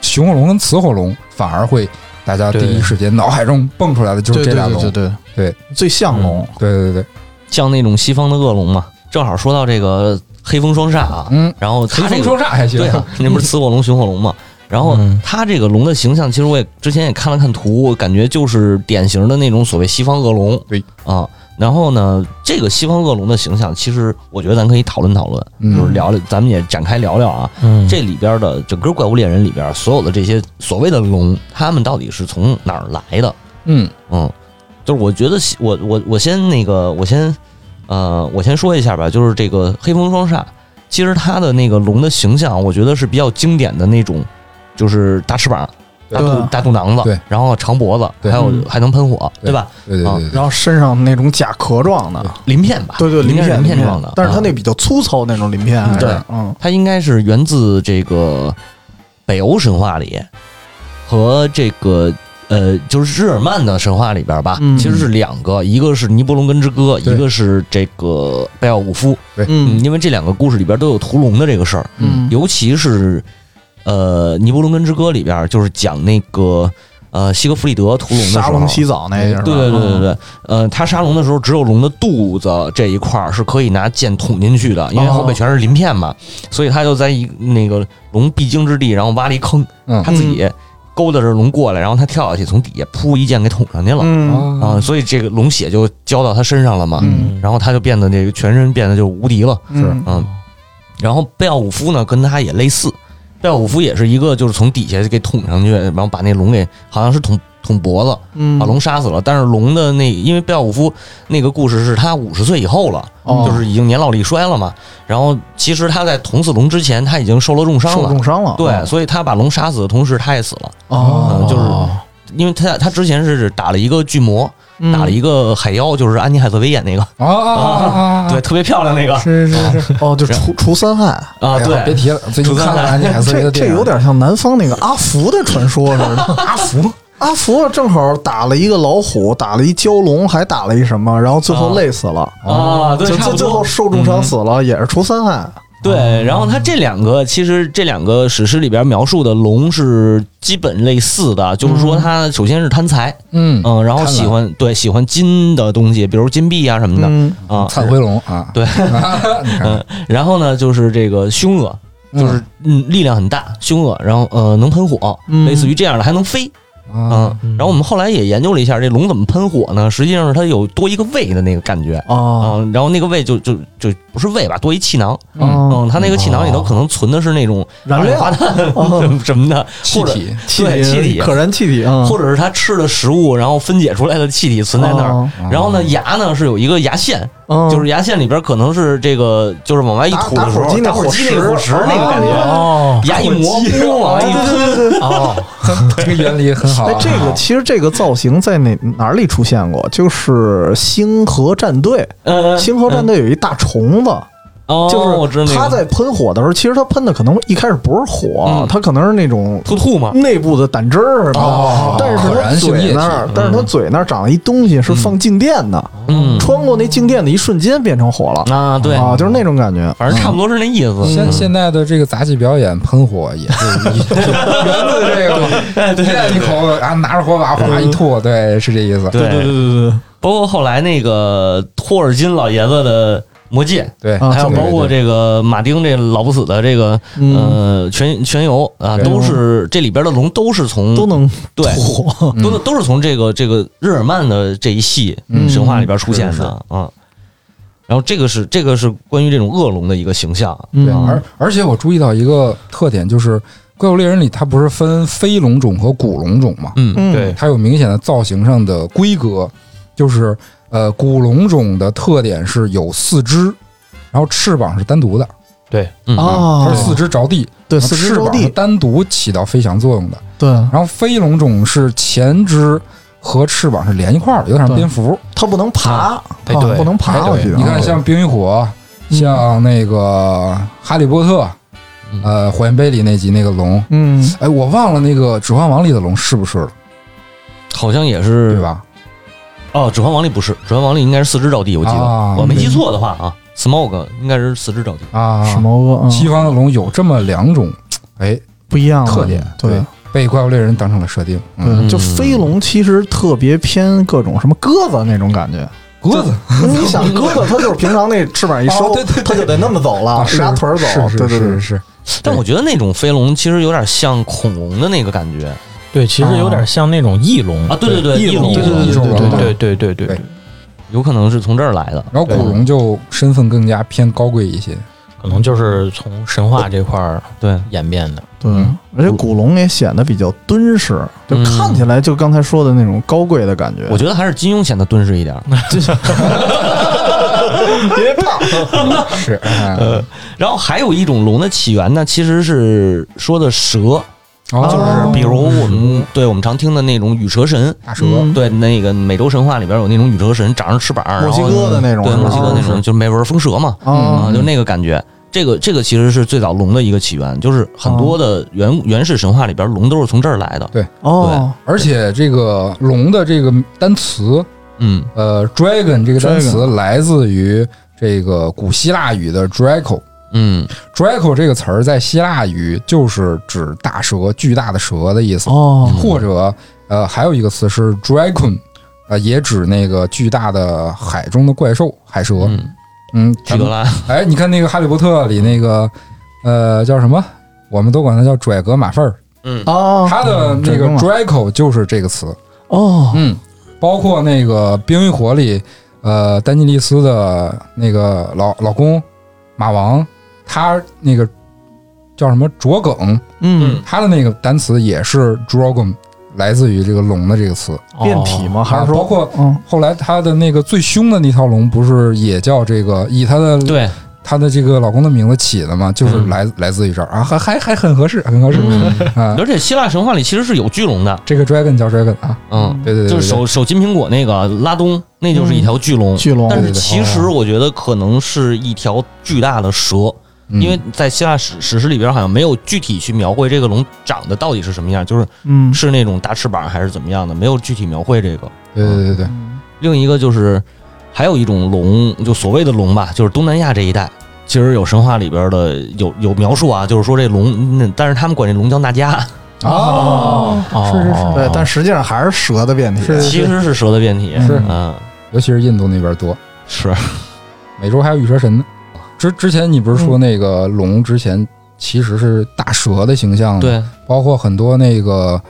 F: 雄火龙跟雌火龙反而会大家第一时间脑海中蹦出来的就
C: 对
F: 是这
C: 对
F: 俩
C: 对
F: 龙。
C: 对对
F: 对，
C: 最像龙，
B: 嗯
F: 对对对，
B: 像那种西方的恶龙嘛。正好说到这个黑风双煞啊，
F: 嗯，
B: 然后它这
F: 黑风
B: 个 [laughs]
F: 双煞还行。
B: 对啊，那不是雌火龙、雄火龙嘛？然后
G: 嗯
B: 它这个龙的形象，其实我也之前也看了看图，我感觉就是典型的那种所谓西方恶龙。
F: 对
B: 啊，然后呢，这个西方恶龙的形象，其实我觉得咱可以讨论讨论，
F: 嗯
B: 就是聊聊，咱们也展开聊聊啊。
G: 嗯，
B: 这里边的整个怪物猎人里边所有的这些所谓的龙，他们到底是从哪儿来的？
F: 嗯
B: 嗯，就是我觉得西我我我先那个我先呃我先说一下吧，就是这个黑风双煞，其实它的那个龙的形象，我觉得是比较经典的那种，就是大翅膀、大
C: 对
B: 肚
C: 啊
B: 大肚囊子，
F: 对，
B: 然后长脖子，
F: 对
B: 还有
C: 嗯
B: 还能喷火，对吧？
F: 对对
B: 啊
F: 对对，
C: 然后身上那种甲壳状的，
B: 鳞片吧，
C: 啊对对，
B: 应
C: 鳞
B: 该是
C: 片
B: 鳞片
C: 鳞
B: 状的，
C: 但是它
B: 啊
C: 那比较粗糙那种鳞片，还是
B: 对
C: 嗯
B: 它应该是源自这个北欧神话里和这个呃，就是日耳曼的神话里边吧，
C: 嗯
B: 其实是两个，一个是尼伯龙根之歌，
F: 对
B: 一个是这个贝奥武夫。嗯，因为这两个故事里边都有屠龙的这个事儿，
C: 嗯
B: 尤其是呃《尼伯龙根之歌》里边，就是讲那个呃西格弗里德屠龙的时
C: 沙
B: 候哎
C: 龙。洗澡那是吧嗯
B: 对对对对对，呃，他杀龙的时候，只有龙的肚子这一块儿是可以拿剑捅进去的，因为
C: 哦
B: 后背全是鳞片嘛，所以他就在一那个龙必经之地，然后挖了一坑，
F: 嗯
B: 他自己勾搭着龙过来，然后他跳下去，从底下噗一剑给捅上去了，
C: 嗯，
F: 啊
B: 啊，所以这个龙血就浇到他身上了嘛，
C: 嗯
B: 然后他就变得这个全身变得就无敌了。
C: 嗯
B: 嗯，然后贝奥武夫呢，跟他也类似，贝奥武夫也是一个就是从底下给捅上去，然后把那龙给好像是捅捅脖子，
C: 嗯
B: 把龙杀死了。但是龙的那因为贝奥武夫那个故事是他五十岁以后了，
C: 哦
B: 就是已经年老力衰了嘛。然后其实他在捅死龙之前，他已经受了重伤
C: 受
B: 了。
C: 重哦伤了，啊
B: 对，所以他把龙杀死的同时，他也死了，
C: 哦
B: 嗯，就是因为他他之前是打了一个巨魔，
C: 嗯
B: 打了一个海妖，就是安妮海瑟薇演那个，
F: 啊啊啊啊！
B: 对，特别漂亮那个
F: 是是是
C: 哦，就除除三害。
B: [laughs] 啊，
F: 哎呀别
B: 对，
F: 提了，最近
B: 除三
F: 看了
B: 害
F: 安妮海瑟薇
C: 这
F: 的
C: 这
F: 电影，
C: 有点像南方那个阿福的传说似的。
B: [laughs]
F: 阿福。
C: 阿福正好打了一个老虎，打了一蛟龙，还打了一什么，然后最后累死了。
B: 啊，对，
C: 就
B: 差
C: 最
B: 不
C: 最
B: 多
C: 后受重
F: 嗯
C: 伤死了，也是除三害。
B: 对，然后它这两个其实这两个史诗里边描述的龙是基本类似的，就是
C: 嗯
B: 说它首先是贪财，
F: 嗯
B: 嗯，然后
F: 贪婪
B: 喜欢对喜欢金的东西，比如金币啊什么的
C: 嗯，
B: 啊，
F: 灿辉龙啊，
B: 对
F: 你看，
B: 然后呢就是这个凶恶，就是嗯力量很大，凶恶，然后呃能喷火，
C: 嗯
B: 类似于这样的还能飞，
F: 啊
B: 嗯，，然后我们后来也研究了一下这龙怎么喷火呢，实际上是它有多一个胃的那个感觉。
C: 哦，
B: 啊，然后那个胃就就就不是胃吧，多一气囊。
C: 嗯
F: 哦
B: 嗯，它那个气囊里头可能存的是那种
C: 燃
B: 二
C: 料
B: 氧化碳什么什么的
F: 气
B: 或者
C: 嗯
F: 体
B: 嗯对气体
C: 可燃气体啊，
B: 或者是他吃的食物，然后分解出来的气体存在那儿。然后呢，牙呢是有一个牙线，
C: 嗯
B: 就是牙线里边可能是这个，就是往外一吐的时
C: 打打火
B: 候，
C: 机那
B: 打火机那
C: 火
B: 个火
C: 石
B: 石那个感觉，
G: 哦
B: 牙一磨，咣往外一喷，
G: 哦，
F: [laughs] 这个原理很好
C: 哎
F: 啊。，
C: 这个其实这个造型在哪哪里出现过？就是《星河战队》，
B: 嗯，
C: 《星河战队》有一大虫子，
B: 哦，我知道那
C: 就是它
B: 个
C: 在喷火的时候，其实它喷的可能一开始不是火
B: 嗯，
C: 它可能是那种
B: 兔兔嘛，
C: 内部的胆汁儿什么的
F: 哦
C: 但是
F: 可
C: 它
F: 燃性
C: 嘴
F: 液体嗯
C: 那儿，但是它嘴那儿长了一东西，是放静电的，
B: 嗯，
C: 穿过那静电的一瞬间变成火了
B: 啊，对，
C: 啊，就是那种感觉。
B: 反正差不多是那意思。嗯
F: 现现在的这个杂技表演喷火也是一源自这个嘛，
B: 哎，对
F: [laughs] 咽一口啊，拿着火把哗一吐，对，是这意思。
B: 对对
C: 对对，
B: 包括后来那个托尔金老爷子的《魔戒
F: 对，》，
C: 啊
B: 还有
F: 对
B: 包括
F: 对
B: 这个马丁这老不死的这个
C: 嗯，
B: 呃全全游啊，
F: 对
B: 都是这里边的龙都是从
C: 都能
B: 对
C: 火，
F: 嗯
B: 都是都是从这个这个日耳曼的这一系
F: 嗯
B: 神话里边出现
F: 是是
B: 的啊。然后这个是这个是关于这种恶龙的一个形象，
F: 对，
C: 嗯
F: 而而且我注意到一个特点，就是《怪物猎人》里它不是分飞龙种和古龙种嘛，
B: 嗯
C: 嗯
G: 对，
F: 它有明显的造型上的规格，就是呃，古龙种的特点是有四肢，然后翅膀是单独的，
B: 嗯
C: 啊
F: 它是四肢着地，
C: 对
F: 然后
C: 四肢
F: 翅
C: 着
F: 膀是
C: 地，
F: 单独起到飞翔作用的。
C: 对，
F: 然后飞龙种是前肢和翅膀是连一块儿的，有点像蝙蝠。
C: 它不能爬，
G: 哎
C: 啊
G: 对
C: 不能爬过去啊。
F: 你
B: 哦
F: 看，像《冰与火》，像那个《哈利波特》
B: 嗯，
F: 呃，《火焰杯》里那集那个龙，
C: 嗯，
F: 哎，我忘了那个《指环王》里的龙是不是了，
B: 好像也
F: 对
B: 是？
F: 吧？
B: 哦，《指环王》里不是，《指环王》里应该是四肢着地，我记得
F: 啊
B: 我没记错的话啊，Smog 应该是四肢着地。
F: 啊，
C: 什么个
F: 西方的龙有这么两种，哎，
C: 不一样的
F: 特点，
C: 对。
F: 被怪物猎人当成了设定。嗯，
C: 对，
B: 嗯
C: 就飞龙其实特别偏各种什么鸽子那种感觉。
F: 鸽子
C: [laughs] 你想鸽子，它就是平常那翅膀一收
F: 哦对对，对啊
C: 它就得那么走了，
F: 是
C: 俩啊腿儿走
F: 是。是
C: 对对
F: 是
C: 对，
F: 是，
B: 但我觉得那种飞龙其实有点像恐龙的那个感觉
G: 对，其实有点像那种翼龙
B: 啊，对对对，
G: 嗯对
B: 翼龙，
F: 翼龙
B: 对
F: 种龙
G: 啊对对对对
F: 对
G: 对，
B: 有可能是从这儿来的。
F: 然后古龙就身份更加偏高贵一些。
G: 可能就是从神话这块儿
B: 对，
G: 演变的。
C: 对，
F: 嗯
C: 而且古龙也显得比较敦实，就
B: 嗯
C: 看起来就刚才说的那种高贵的感觉。
B: 我觉得还是金庸显得敦实一点。
C: 别怕，
F: 是，哎
B: 然后还有一种龙的起源呢，其实是说的蛇，
F: 哦，就是
B: 比如我们对我们常听的那种羽蛇神，
F: 大蛇，
C: 嗯
B: 对那个美洲神话里边有那种羽蛇神，长着翅膀，
C: 墨西
B: 然后
C: 哥的那种
B: 对
C: 是吧，
B: 墨西哥那种，就是没纹风蛇嘛，
C: 啊
F: 嗯
B: 啊，就那个感觉。这个这个其实是最早龙的一个起源，就是很多的原原始神话里边龙都是从这儿来的。
C: 哦，
F: 而且这个龙的这个单词，
B: 嗯，
F: 呃，dragon 这个单词来自于这个古希腊语的 draco。
B: 嗯，
F: Draco 这个词儿在希腊语就是指大蛇、巨大的蛇的意思，
C: 哦
F: 或者呃还有一个词是 dragon，呃也指那个巨大的海中的怪兽海蛇。
B: 嗯
F: 嗯，
B: 巨
F: 咱
B: 德
F: 们
B: 拉，
F: 哎，你看那个《哈利波特》里那个呃叫什么？我们都管它叫拽格马粪儿，
B: 嗯
C: 哦，
F: 它的那个
C: 嗯
F: Draco 就是这个词。
C: 哦，
F: 嗯，包括那个《冰与火》里，呃，丹尼利斯的那个老老公马王，他那个叫什么卓梗，
C: 嗯，
F: 他的那个单词也是 dragon，来自于这个龙的这个词。
C: 变体吗？还是
F: 啊
C: 说
F: 包括
C: 嗯
F: 后来他的那个最凶的那条龙，不是也叫这个以他的
B: 对，嗯
F: 他的这个老公的名字起的嘛，就是来、来自于这儿啊，还还还很合适，很合适、 [laughs] 啊。
B: 而且希腊神话里其实是有巨龙的，
F: 这个 dragon 叫 dragon 啊，
B: 嗯，
F: 对对对对，
B: 就是手手金苹果那个拉东，那就是一条巨龙。
C: 巨龙？
B: 但是
F: 对对
B: 其实我觉得可能是一条巨大的蛇，
F: 嗯
B: 因为在希腊史史诗里边好像没有具体去描绘这个龙长得到底是什么样，就是
C: 嗯，
B: 是那种大翅膀还是怎么样的，没有具体描绘这个。
F: 对对对对，
C: 嗯
B: 另一个就是还有一种龙，就所谓的龙吧，就是东南亚这一带。其实有神话里边的有有描述啊，就是说这龙，那但是他们管这龙叫娜迦，
F: 哦，
G: 哦，
F: 是是是
C: 对，但
G: 是
C: 实际上还是蛇的变体。啊
F: 是
B: 其实是蛇的变体。
F: 是
B: 嗯，
F: 尤其是印度那边多，
B: 是
F: 美洲还有羽蛇神呢。之之前你不
B: 嗯
F: 是说那个龙之前其实是大蛇的形象吗？
B: 对，
F: 包括很多那个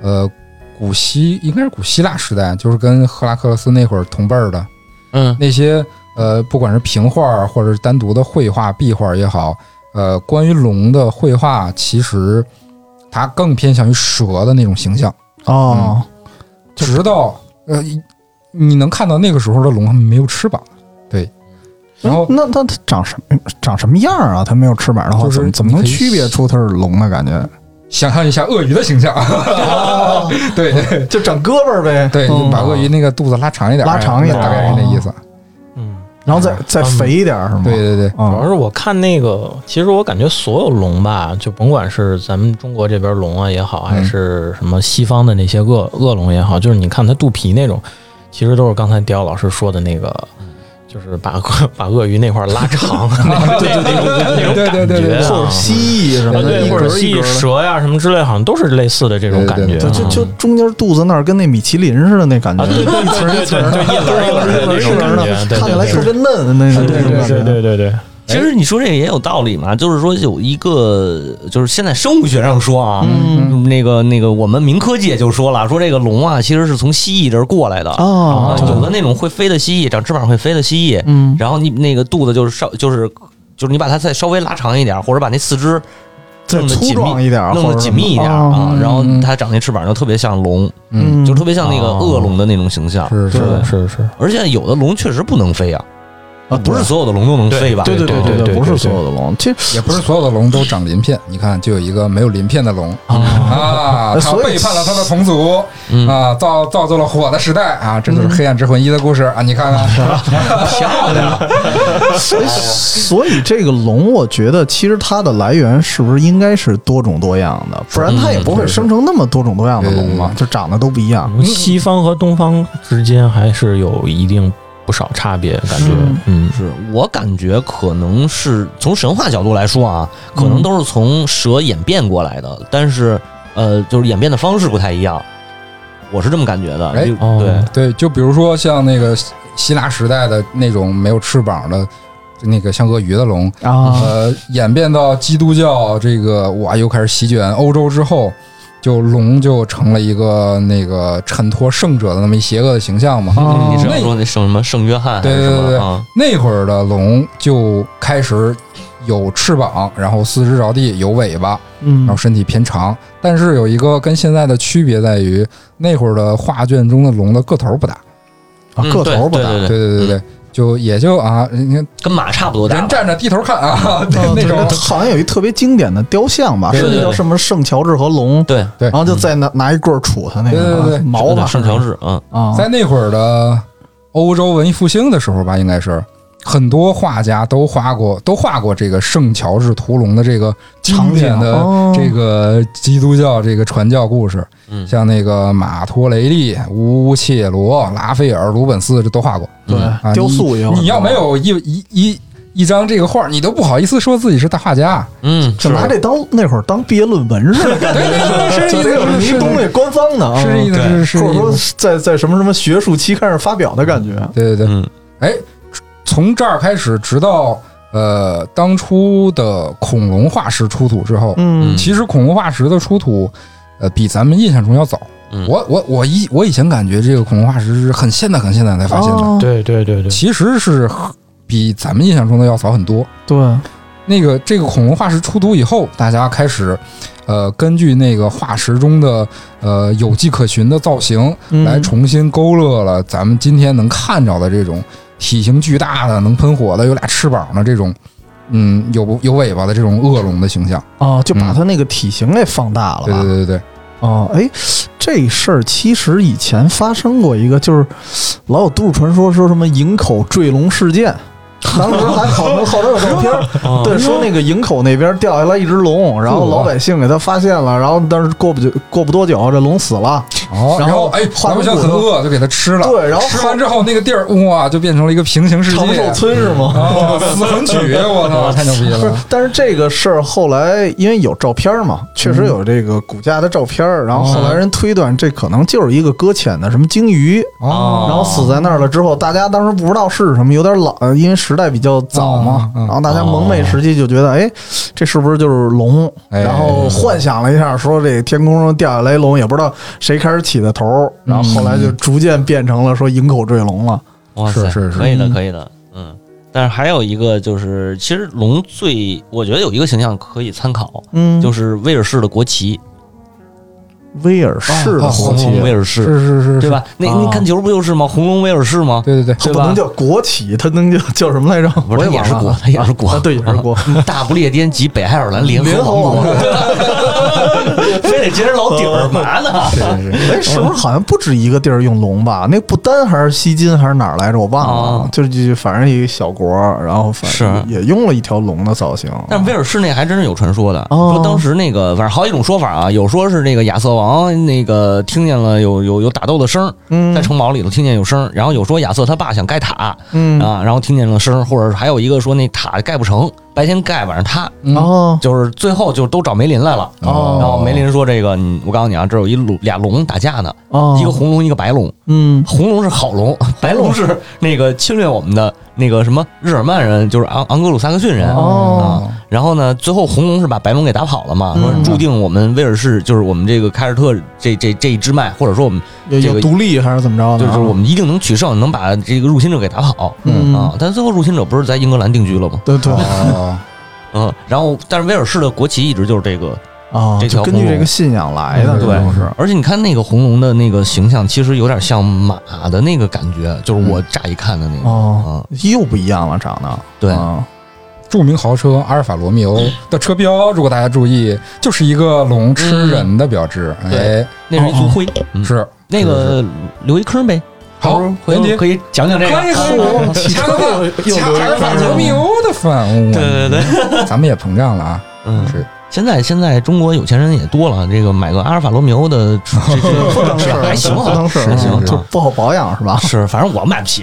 F: 呃古希应该是古希腊时代，就是跟赫拉克勒斯那会儿同辈儿的
B: 嗯
F: 那些呃，不管是平画儿或者是单独的绘画、壁画儿也好，呃，关于龙的绘画，其实它更偏向于蛇的那种形象。
C: 哦，
F: 直到呃，你能看到那个时候的龙它没有翅膀，对，然后
C: 那那它长什么长什么样啊？它没有翅膀的话，
F: 就是
C: 怎么怎么能
F: 你可以
C: 区别出它是龙的感觉？
F: 想象一下鳄鱼的形象， [laughs] 对对
C: 就长胳膊呗
F: 对，
C: 嗯
F: 就把鳄鱼那个肚哦子拉长一点，哦
C: 拉长一点
F: 大概是那意思。
G: 嗯，
C: 然后再再肥一点是吗？
F: 对对对，
C: 嗯，
G: 主要是我看那个，其实我感觉所有龙吧，就甭管是咱们中国这边龙啊也好，还是什么西方的那些恶恶龙也好，就是你看它肚皮那种，其实都是刚才刁老师说的那个，就是把鳄把鳄鱼那块拉长，那种那种
F: 对对对
G: 感
F: 对
G: 觉
F: 对
G: 啊，
C: 或者蜥蜴什
G: 啊
C: 么的，
G: 对，
C: 一
G: 或者
C: 格一
G: 蜥
C: 格
G: 蜴、
C: 的
G: 蛇呀什么之类，好像都是类似的这种
F: 对对
G: 感
F: 对
G: 觉啊，
C: 就
F: 对
C: 就就中间肚子那儿跟那米其林似的那感觉，
G: 啊，对对对
C: 一层
G: 对
C: 一层
G: 对，就
C: 的，
G: 一轮一轮的那种感觉，对
C: 看起来
G: 对
C: 特
G: 对
C: 别嫩的那种
G: 对
C: 那种感觉。
G: 对对对对对。
B: 其实你说这个也有道理嘛，就是说有一个，就是现在生物学上说啊，嗯、那个那个我们民科界就说了，说这个龙啊其实是从蜥蜴这儿过来的啊、
C: 啊，
G: 哦
B: 有的那种会飞的蜥蜴，长翅膀会飞的蜥蜴，
C: 嗯，
B: 然后你那个肚子就是稍就是就是你把它再稍微拉长一点，或者把那四肢
C: 再
B: 弄得
C: 粗
B: 紧
C: 壮
B: 密
C: 一点儿，
B: 弄
C: 或
B: 得
C: 者嗯
B: 紧密一点
C: 什么
B: 啊，然后它长那翅膀就特别像龙，
F: 嗯，
B: 就特别像那个恶龙的那种形象。
F: 是是
C: 对
G: 是是，
B: 而且有的龙确实不能飞啊，
C: 啊，
B: 不是所有的龙都能飞吧？
C: 对对对
B: [laughs]
G: 对对
C: 对，
G: 对
C: 不是
G: 对
C: 所有的龙，这
F: 也不是所有的龙都长鳞片，你看就有一个没有鳞片的 [laughs] 龙啊，他
C: 所以
F: 背叛了他的同族
B: 嗯
F: 啊，造造就了火的时代啊，这就是《黑暗之魂一》的故事啊，你看 [laughs] 看，
B: 漂亮，
C: 所以所以这个龙，我觉得其实它的来源是不是应该是多种多样的，不然它也不会生成那么多种多样的龙嘛，就长得都不一样。
G: 啊西方和东方之间还是有一定不少差别，感觉
C: 是，
G: 嗯，
B: 是我感觉可能是从神话角度来说啊，可能都是从蛇演变过来的，但是呃，就是演变的方式不太一样，我是这么感觉的。
F: 哎
B: 就
G: 哦
B: 对，
F: 对，就比如说像那个希希腊时代的那种没有翅膀的，那个像鳄鱼的龙，
C: 啊，
F: 呃，演变到基督教这个哇，又开始席卷欧洲之后，就龙就成了一个那个衬托圣者的那么一邪恶的形象嘛。
C: 哦
B: 你是要说那圣什么圣约翰还
F: 对
B: 是
F: 对
B: 什
F: 对对
B: 么啊？
F: 那会儿的龙就开始有翅膀，然后四肢着地，有尾巴，
C: 嗯
F: 然后身体偏长。但是有一个跟现在的区别在于，那会儿的画卷中的龙的个头儿不大。
C: 啊
B: 嗯
C: 个头不大，
B: 对
F: 对对对对，就也就啊，人家
B: 跟马差不多大
F: 人
B: 吧。
F: 站着低头看啊，
C: 啊
F: 那
C: 对
F: 种
C: 好像有一特别经典的雕像吧，
F: 对
C: 是
F: 对
C: 那
F: 对
C: 叫什么圣乔治和龙，
B: 对，
F: 对
C: 然后就再拿拿一棍儿杵他那个
F: 对对对
C: 毛吧，
B: 圣乔治，嗯，
C: 啊，
F: 在那会儿的欧洲文艺复兴的时候吧，应该是很多画家都画过，都画过这个圣乔治屠龙的这个经典的
C: 场景哦
F: 这个基督教这个传教故事，
B: 嗯
F: 像那个马托雷利、乌切罗、拉斐尔、鲁本斯，这都画过
B: 嗯
F: 啊。
C: 对，雕塑也有很
F: 你
C: 多，
F: 你要没有一一一一张这个画，你都不好意思说自己是大画家。
B: 嗯，
C: 就拿这当那会儿当毕业论文似
F: [laughs]
C: 的，感觉
F: 对对对
C: 就得有
F: 是
C: 一
F: 是
C: 东西官方的啊，
F: 是这意思，
G: 对
F: 是是这
C: 或者
F: 意
C: 说
F: 思。
C: 在在什么什么学术期刊上发表的感觉。
F: 对对对，
B: 嗯
F: 从这儿开始，直到呃当初的恐龙化石出土之后，
C: 嗯
F: 其实恐龙化石的出土，呃，比咱们印象中要早。
B: 嗯
F: 我我我以我以前感觉这个恐龙化石是很现代很现代才发现的，
C: 哦
G: 对对对对，
F: 其实是比咱们印象中的要早很多。
C: 对，
F: 那个这个恐龙化石出土以后，大家开始，呃，根据那个化石中的呃有迹可循的造型，
C: 嗯
F: 来重新勾勒了咱们今天能看着的这种体型巨大的、能喷火的、有俩翅膀的这种，嗯，有有尾巴的这种恶龙的形象。
C: 哦，就把它那个体型给放大了
F: 嗯对
C: 吧。
F: 对对对，
C: 哦，哎，这事儿其实以前发生过一个，就是老有都市传说说什么营口坠龙事件。当时还好多好多有照片儿，对，说那个营口那边掉下来一只龙，然后老百姓给他发现了，然后但是过不久过不多久，这龙死了，
F: 哦，
C: 然
F: 然
C: 后
F: 后哎，
C: 化
F: 老百姓
C: 成骨
F: 很
C: 头
F: 饿，就给它吃了。
C: 对然后
F: 吃完之后那个地儿哇，就变成了一个平行世界。
C: 长寿村是吗？
F: 啊，四魂 [laughs] 曲，我操，太牛逼
C: 不是
F: 了！，
C: [laughs] 但是这个事儿后来因为有照片儿嘛，确
F: 嗯
C: 实有这个骨架的照片儿，然后后来人推断这可能就是一个搁浅的什么鲸鱼，
F: 哦，
C: 然后死在那儿了之后，大家当时不知道是什么，有点老，呃因为时代比较早嘛，
F: 嗯嗯
C: 然后大家蒙昧时期就觉得，哎，这是不是就是龙？
F: 哎
C: 然后幻想了一下，说这天空中掉下来龙，也不知道谁开始起的头儿，然后后来就逐渐变成了说营口坠龙了。
B: 哇塞，
F: 是是是
B: 可以的，可以的，嗯，但是还有一个就是，其实龙最我觉得有一个形象可以参考，
C: 嗯
B: 就是是威尔士的国旗，
C: 威尔士的
F: 啊
C: 红
B: 红
C: 旗
B: 龙，威尔
F: 是
B: 士，
F: 是是，
B: 对？吧？那
G: 啊
B: 你看球不就是吗？红龙威尔士吗？
F: 对对 [laughs] 对，
C: 它不
B: 对吧
C: 能叫国旗，它能叫叫什么来着？
B: 不是，
C: 我
B: 它也
C: 忘
B: 是
C: 了
B: 国，它也是国
C: 啊，，对，也是国。
B: 嗯大不列颠及北爱尔兰联
C: 联合
B: 合王
C: 王
B: 国， [laughs] 非得接着老底儿嘛呢？
F: 是是是，
C: 哎，是不是好像不止一个地儿用龙吧？那不丹还是西金还是哪儿来着？我忘了
B: 啊。
C: 就是就反正一个小国，然后反
B: 是
C: 也用了一条龙的造型。
B: 但是威尔士那还真是有传说的，
C: 哦
B: 说当时那个反正好几种说法啊，有说是那个亚瑟王那个听见了有有有打斗的声儿，
C: 嗯
B: 在城堡里头听见有声儿，然后有说亚瑟他爸想盖塔啊，
C: 嗯
B: 然后听见了声儿，或者是还有一个说那塔盖不成，白天盖晚上塌，
F: 嗯
C: 哦
B: 就是最后就都找梅林来了。
C: 哦
B: 然后梅林说这个，你我告诉你啊，这有一龙俩龙打架呢，
C: 哦，
B: 一个红龙一个白龙，
C: 嗯
B: 红龙是好龙，白龙是那个侵略我们的那个什么日耳曼人，就是昂昂格鲁萨克逊人。
C: 哦
B: 啊，然后呢，最后红龙是把白龙给打跑了嘛，
C: 嗯
B: 说注定我们威尔士就是我们这个凯尔特这这这一支脉，或者说我们
C: 有
B: 这
C: 有
B: 个
C: 独立还是怎么着啊
B: 就
C: 呢？
B: 是我们一定能取胜，能把这个入侵者给打跑。
C: 嗯
B: 啊，但最后入侵者不是在英格兰定居了吗？
C: 对对
B: 啊
F: 哦，
B: 嗯，然后但是威尔士的国旗一直就是这个，
C: 啊，
B: 这
C: 就
B: 条
C: 根据
B: 红
C: 这
B: 龙
C: 个信仰来的，
F: 嗯
C: 这
B: 对
C: 都是
B: 而且你看那个红龙的那个形象，其实有点像马的那个感觉，就是我乍一看的那个。啊
C: 哦，又不一样了，长得
B: 嗯对
C: 啊
F: 著名豪车阿尔法罗密欧的车标，如果大家注意，就是一个龙吃人的标志，哎，
B: 那是一族徽，嗯
F: 是
B: 那个留一坑呗。
F: 好
B: 回
F: 文
B: 头
F: 杰
B: 可以讲讲这个。
F: 开火，掐了掐阿尔法罗密欧的饭，
B: 对对对，
F: 对， [laughs] 咱们也膨胀了啊，
B: 嗯，
F: 是
B: 现在现在中国有钱人也多了，啊这个买个阿尔法罗密欧的，这
C: 不当 [laughs] 事
B: 这
C: 儿，
B: 还行
C: 不
B: 啊，
C: 当事儿，
B: 还行
C: 就
B: 啊
C: 不好保养是吧？
B: 是，反正我买不起。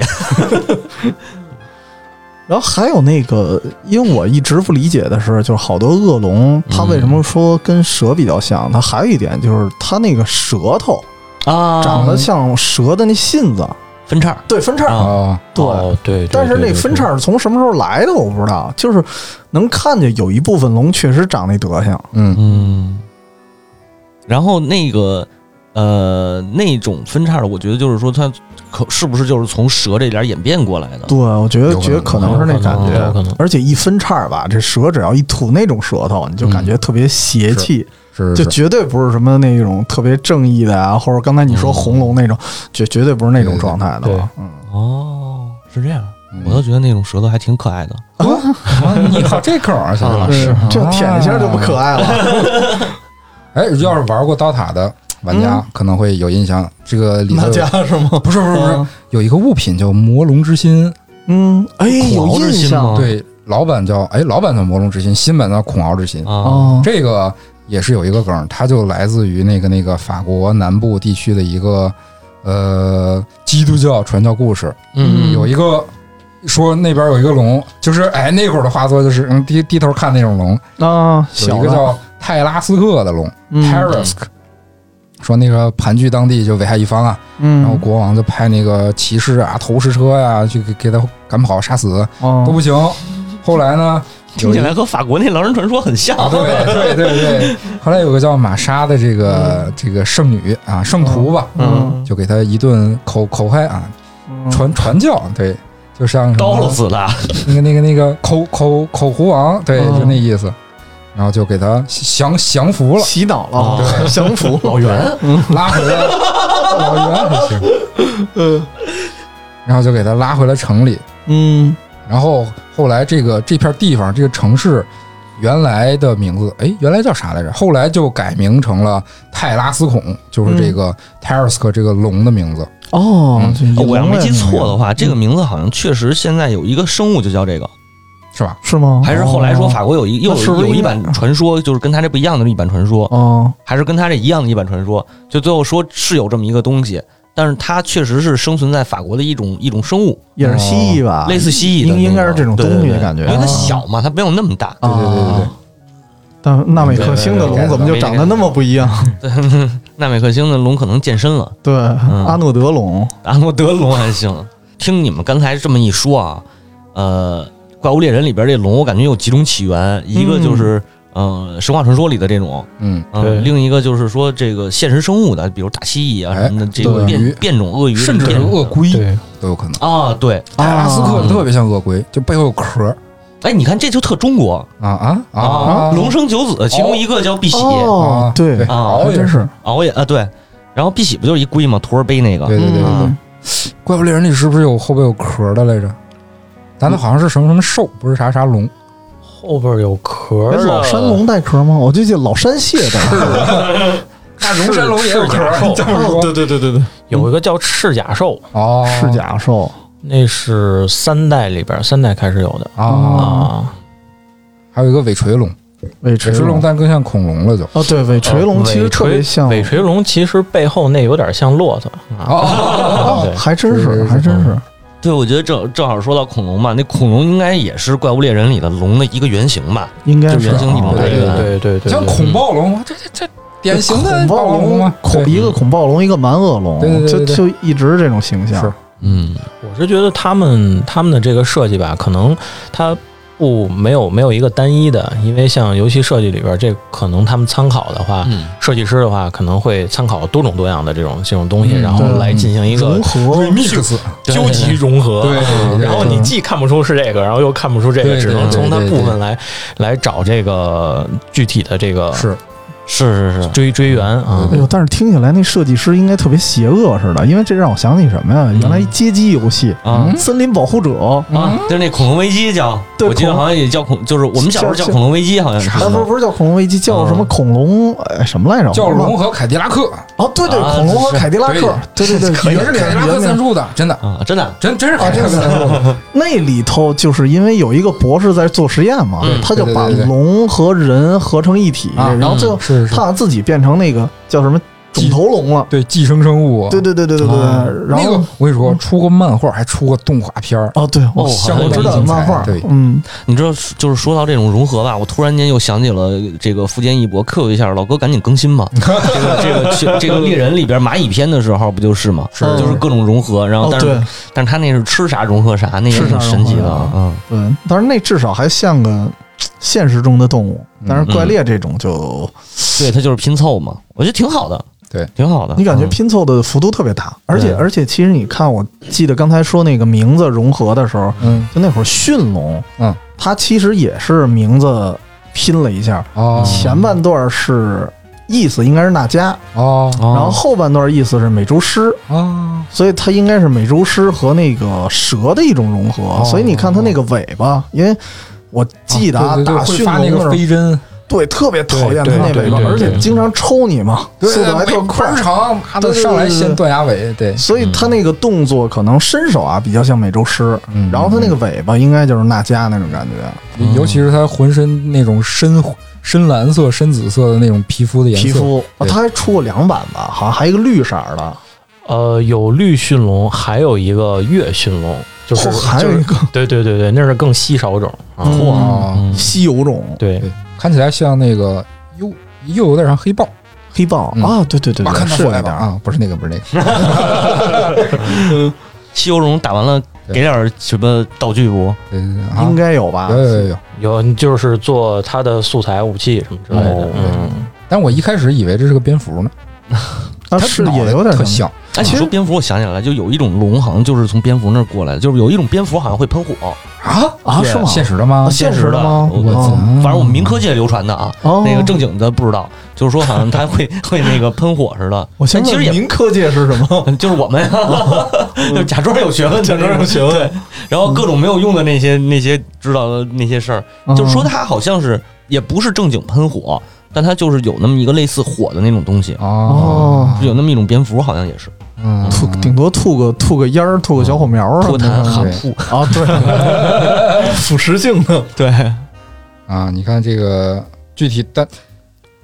C: 然后还有那个，因为我一直不理解的是，就是好多恶龙，
B: 嗯
C: 它为什么说跟蛇比较像？它还有一点就是它那个舌头
B: 啊
C: 长得像蛇的那信子，
B: 分叉
C: 对，分叉，
B: 啊
F: 哦，
C: 对。
G: 哦对，对
C: 但是
G: 对
C: 那
G: 对
C: 分
G: 对
C: 叉是从什么时候来的我不知道，就是能看见有一部分龙确实长那德行，
F: 嗯，
B: 嗯，然后那个呃那种分叉的，我觉得就是说它可是不是就是从蛇这点演变过来的？
C: 对，我觉得
F: 有可能
C: 觉得可能是那感
G: 有可能有可
C: 觉
G: 能，
C: 而且一分叉吧，这蛇只要一吐那种舌头，你就感觉特别邪气，
F: 是
C: 就是绝对不是什么那种特别正义的啊，或者刚才你说红龙那种，绝绝对不是那种状态的
G: 对对
C: 了。嗯，
B: 哦，是这样，我倒觉得那种舌头还挺可爱的。
F: 啊 [laughs] 你跑这口儿去
B: 啊
F: 了，
C: 是嗯这舔一下就不可爱
F: 爱。
C: 了。
F: 啊哎，要是玩过刀塔的玩家可能会有印象，这个里头
C: [laughs] 那嗯
F: 有
C: 家是吗？
F: 不是不是不是
C: 嗯
F: 有一个物品叫魔龙之心，
C: 嗯，哎，有
B: 狂
C: 印
B: 之心
C: 象
B: 吗
F: 对，老版叫哎，老版叫魔龙之心，新版叫恐敖之心。
B: 啊，
C: 哦
F: 这个也是有一个梗，它就来自于那个那个法国南部地区的一个呃基督教传教故事，
C: 嗯
F: 有一个。说那边有一个龙，就是哎，那会儿的话说就是嗯，低低头看那种龙，
C: 啊，
F: 有
C: 小
F: 一个
C: 的
F: 叫泰拉斯克的龙
C: 嗯
F: t e r a s k 说那个盘踞当地就危害一方啊，然后
C: 嗯，
F: 国王就派那个骑士啊、投石车呀、去给给他赶跑、杀死
C: 哦
F: 都不行。后来呢，
B: 听起
F: 有一
B: 来和法国那狼人传说很像。
F: 啊，对对对对。后来有个叫玛莎的这个这个圣女啊，圣徒吧，
C: 嗯
F: 就给他一顿口口嗨啊，
C: 嗯
F: 传传教，对，就像什
B: 叨了
F: 么
B: 死了，
F: 那个那个那个口口口胡王，对，
C: 嗯
F: 就那意思。然后就给他降降服了，
C: 洗脑
F: 哦
C: 了，降
F: [laughs]
C: 服
G: 老袁，
F: 拉回来老袁还行，
C: 嗯
F: 然后就给他拉回了城里。
C: 嗯
F: 然后后来这个这片地方这个城市原来的名字，哎，原来叫啥来着？后来就改名成了泰拉斯孔，就是这个 Tarask 这个龙的名字。
C: 哦
F: 嗯，
C: 这有
B: 我要没记错的
C: 了
B: 话，这个名字好像确实现在有一个生物就叫这个，
F: 是吧？
C: 是吗？
B: 还是后来说法国有一又
C: 哦那是不
B: 有
C: 是
B: 有一
C: 应该
B: 版传说，就是跟他这不一样的一版传说，
C: 哦
B: 还是跟他这一样的一版传说，就最后说是有这么一个东西，但是它确实是生存在法国的一种一种生物，
C: 也是蜥蜴吧，
B: 哦类似蜥蜴的那
C: 啊应
B: 个，
C: 应该是这种
B: 对对
C: 东西
B: 对
C: 感觉啊
B: 因为它小嘛，它没有那么大。
F: 对对对对对，
C: 但纳美克星的龙怎么就长得那么不一
F: [laughs]
C: 样？
B: 纳美克星的龙可能健身了，
C: 对，
F: 嗯
C: 阿诺德龙，
B: 阿诺德龙还行。听你们刚才这么一
C: 嗯
B: 说啊，呃，怪物猎人里边这龙，我感觉有几种起源，一个就是呃神话传说里的这种，
F: 嗯，
B: 嗯、
G: 对
B: 另一个就是说这个现实生物的，比如大蜥蜴啊
F: 哎
B: 什么的，这个
F: 鳄鱼
B: 变变种鳄鱼，
F: 甚至是
B: 变种
F: 鳄龟
G: 对，
F: 都有可能。
B: 啊，对，
F: 艾拉斯克特别像鳄龟，就背后有壳儿
B: 哎，你看这就特中国
F: 啊啊啊
B: 啊，龙生九子，其中一个叫碧玺，
C: 哦
F: 啊，
C: 对，
F: 对，
B: 啊
F: 獒
C: 还
F: 也
C: 真
F: 是，
C: 是，
B: 熬夜啊，对，然后碧玺不就是一龟吗？徒儿背那个，
F: 对对对对对。
B: 嗯
F: 怪物猎人里是不是有后背有壳的来着？咱的好像是什么什么兽，不是啥啥龙。
G: 后边有壳
C: 哎
G: 儿啊，
C: 老山
G: [laughs]
C: 龙带壳吗？我就记得老山蟹带壳。
F: 大龙山龙也有壳，你这么说？
C: 对对对对，
G: 有一个叫赤甲兽，
F: 哦，
C: 赤甲兽
G: 那是三代里边三代开始有的
F: 啊，
G: 啊，
F: 还有一个尾垂龙，
C: 尾
F: 尾
C: 垂
F: 垂龙
C: 龙。
F: 但更像恐龙了就。
C: 哦，对，尾垂龙其实
G: 尾
C: 特
G: 垂
C: 别像，
G: 尾垂龙其实背后那有点像骆驼啊，
F: 哦，
C: 哦 [laughs]
G: 对，
C: 还真
F: 是嗯
C: 是，
F: 是
C: 还真是。
B: 对，我觉得正正好说到恐龙嘛，那恐龙应该也是怪物猎人里的龙的一个原型吧？
C: 应该哦
B: 就是原型一
F: 毛
B: 模
F: 对
B: 一
F: 对
B: 样。
G: 对对对，
F: 像
G: 对
F: 恐暴龙，这这这典型的
C: 恐暴
F: 龙啊
C: 龙
F: 嘛，，
C: 恐一个恐暴龙，一个蛮恶龙，
F: 对对对对对
C: 就就一直这种形象。
F: 是
B: 嗯，
G: 我是觉得他们他们的这个设计吧，可能它不没有没有一个单一的，因为像游戏设计里边，这可能他们参考的话，
B: 嗯
G: 设计师的话可能会参考多种多样的这种这种东西，
F: 嗯
G: 然后来进行一个
C: 融合
F: remix，
B: 对
G: 究极融合。
F: 对对对
G: 然后你既看不出是这个，然后又看不出这
F: 对对
G: 个，只能从它
F: 对对
G: 部分来来找这个具体的这个
F: 是
B: 是是是，
G: 追追源啊
C: 哎。呦，但是听起来那设计师应该特别邪恶似的，因为这让我想起什么呀？原来一街机游戏
B: 嗯啊
F: 嗯
C: 《森林保护者》，
B: 啊，就是那恐龙危机叫，
C: 对
B: 我记得
C: 恐龙
B: 好像也叫恐，就是我们小时候叫恐龙危机，
F: 嗯
B: 好像是。
C: 哎，不是不是叫恐龙危机，叫
B: 嗯
C: 什么恐龙？哎，什么来着？
F: 叫龙和凯迪拉克，
C: 哦，对对，
B: 啊
C: 恐龙和
B: 是
C: 凯迪拉克，对
B: [laughs]
C: 对对，
F: 也是凯迪拉克
C: 原
F: 赞
C: 名
F: 助的，真的，
B: 啊，真的，
F: 真真是凯迪拉克赞助的。
C: 那里头就是因为有一个博士在做实验嘛
B: 嗯，
C: 他就把
F: 对对对对
C: 龙和人合成一体，
F: 啊
C: 然后最后
F: 是
C: 他把自己变成那个叫什么肿头龙了。
F: 对寄生生物，
C: 对对对对对对
F: 啊
C: 对，然
F: 那
C: 后
F: 个
C: 嗯
F: 我跟你说，出过漫画，还出过动画片儿，
C: 哦，对，我
B: 哦
C: 想
B: 好像
C: 我知道有
F: 有
C: 漫画
F: 印象对，
C: 嗯，
B: 你知道，就是说到这种融合吧，我突然间又想起了这个福建一博，Q 一下老哥，赶紧更新
C: [laughs]
B: 吧。这个这个这这个猎人里边蚂蚁篇的时候不就是吗？
F: 是
B: 就是各种融合，然后
C: 哦
B: 但是、
C: 对
B: 但是他那是吃啥融合啥，那也
C: 吃啥
B: 挺神奇
C: 融
B: 的
C: 合啥
B: 啊。嗯
C: 对，但是那至少还像个现实中的动物，
F: 嗯
C: 但是怪猎这种就
B: 对，它就是拼凑嘛，我觉得挺好的，
F: 对，
B: 挺好的。
C: 你感觉
B: 嗯
C: 拼凑的幅度特别
F: 嗯
C: 大，而且
B: 对
C: 而且其实你看，我记得刚才说那个名字融合的时候，
F: 嗯，
C: 就那会儿驯龙，
F: 嗯，
C: 它其实也是名字拼了一下，
F: 哦
C: 前半段是意思应该是那迦，
F: 哦
B: 哦
C: 然后后半段意思是美洲狮，
F: 哦，
C: 所以它应该是美洲狮和那个蛇的一种融合，
F: 哦
C: 所以你看它那个尾巴，因为我记得
F: 啊
C: 啊，
F: 对对对
C: 打
F: 会
C: 驯
F: 发那
C: 龙的时
F: 个
C: 候，
F: 飞针，
C: 对，特别讨厌它
G: 对
C: 那
G: 对
C: 尾巴，
G: 对对
C: 而且
G: 对
C: 经常抽你嘛，
F: 对哎
C: 速度还
F: 对
C: 特
F: 对
C: 快
F: 倍儿。长，妈
C: 对
F: 的
C: 对
F: 上来
C: 对对
F: 先
C: 对
F: 断牙尾，对，
C: 所以它那个动作可能伸手啊比较像美洲狮，
F: 嗯
C: 然后它那个尾巴应该就是那迦那种感觉，
F: 尤其是它浑身那种深深蓝色、深紫色的那种皮肤的颜色，
C: 皮肤，啊
F: 对
C: 它还出过两版吧，好像还有一个绿色儿的，
G: 呃，有绿驯龙，还有一个月驯龙，就是
C: 哦还有一个
G: 就是对对对对，那是更稀少种啊。
C: 嗯
F: 啊，
B: 嗯
C: 稀有种
G: 对，
F: 看起来像那个又又有点像黑豹，
C: 黑豹
F: 嗯
C: 啊，对对对
F: 哇，
C: 对，
F: 看到
C: 是
F: 火
C: 有
F: 来
C: 点
F: 吧
C: 儿，
F: 啊，不是那个，不是那个，
B: 西游龙打完了，
F: 对
B: 给点儿什么道具不？
F: 对对对
C: 应
F: 啊，
C: 该有吧
F: 有？有有有，
G: 有就是做它的素材、武器什么之类的
F: 哦。
G: 嗯，
F: 但我一开始以为这是个蝙蝠呢，
C: 啊，
F: 它
C: 是
F: 脑
C: 也
F: 袋
C: 有点什
F: 特
C: 么，
F: 像，
B: 哎，你
C: 其
B: 说
C: 实
B: 蝙蝠，我想起来了，就有一种龙好像就是从蝙蝠那儿过来的，就是有一种蝙蝠好像会喷火
F: 啊
C: 啊
F: 对
C: 是吗
F: 现实的吗
C: 啊？现实
B: 实
C: 的吗
B: 我
C: 哦
B: 反正我们民科界流传的啊，
C: 哦
B: 那个正经的不知道，就是说好像它会 [laughs] 会那个喷火似的。
C: 我先
B: 但其实也
C: 问您科界是什么？
G: [laughs]
B: 嗯就是我们，就假装有学问，假装有学问，对然后各种没有用的那些那些知道的那些事儿，就是说它好像是也不是正经喷火，但它就是有那么一个类似火的那种东西，
F: 哦
C: 哦，
B: 有那么一种蝙蝠，好像也是
F: 嗯，
C: 吐顶多吐个吐个烟儿，吐个小火苗儿什
B: 脱
C: 么
B: 痰
C: 的
F: 哈
B: 含
F: 对
B: 吐，
C: 啊，对， [laughs] 腐蚀性的，
B: 对，
F: 啊，你看这个具体单，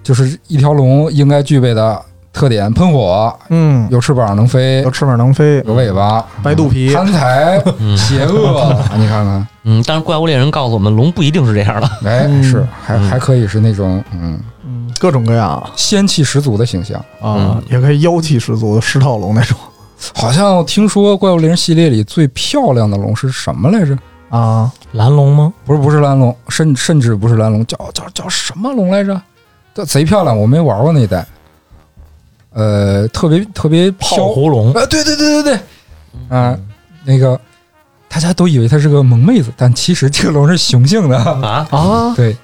F: 就是一条龙应该具备的特点：喷火，
C: 嗯，
F: 有翅膀能飞
C: 有，翅膀能飞，
F: 有尾巴，
C: 白肚皮，
F: 贪财、
B: 嗯
F: [laughs] 邪
C: [laughs]
F: 恶。啊你看看，
B: 嗯，但是怪物猎人告诉我们，龙不一定是这样的，
F: 哎，
C: 嗯
F: 是还还可以是那种嗯
C: 嗯，各种各样
F: 仙气十足的形象。
C: 啊，也可以妖气十足的石套龙那种。
F: 好像听说怪物猎人系列里最漂亮的龙是什么来着？
C: 啊，
G: 蓝龙吗？
F: 不是不是蓝龙，甚甚至不是蓝龙，叫叫叫什么龙来着？这贼漂亮，我没玩过那一代。呃，特别特别
G: 炮嗯
F: 飘，
G: 胡龙，
F: 啊，对对对对对，啊、那个大家都以为她是个萌妹子，但其实这个龙是雄性的，
G: 嗯
B: 啊，
C: 啊，
F: 对，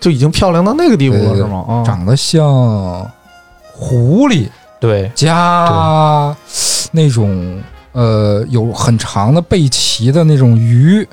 C: 就已经漂亮到那个地步了，
F: 对对
C: 是吗？
G: 哦
C: 啊，
F: 长得像狐狸
G: 对，
F: 加那种呃有很长的背鳍的那种鱼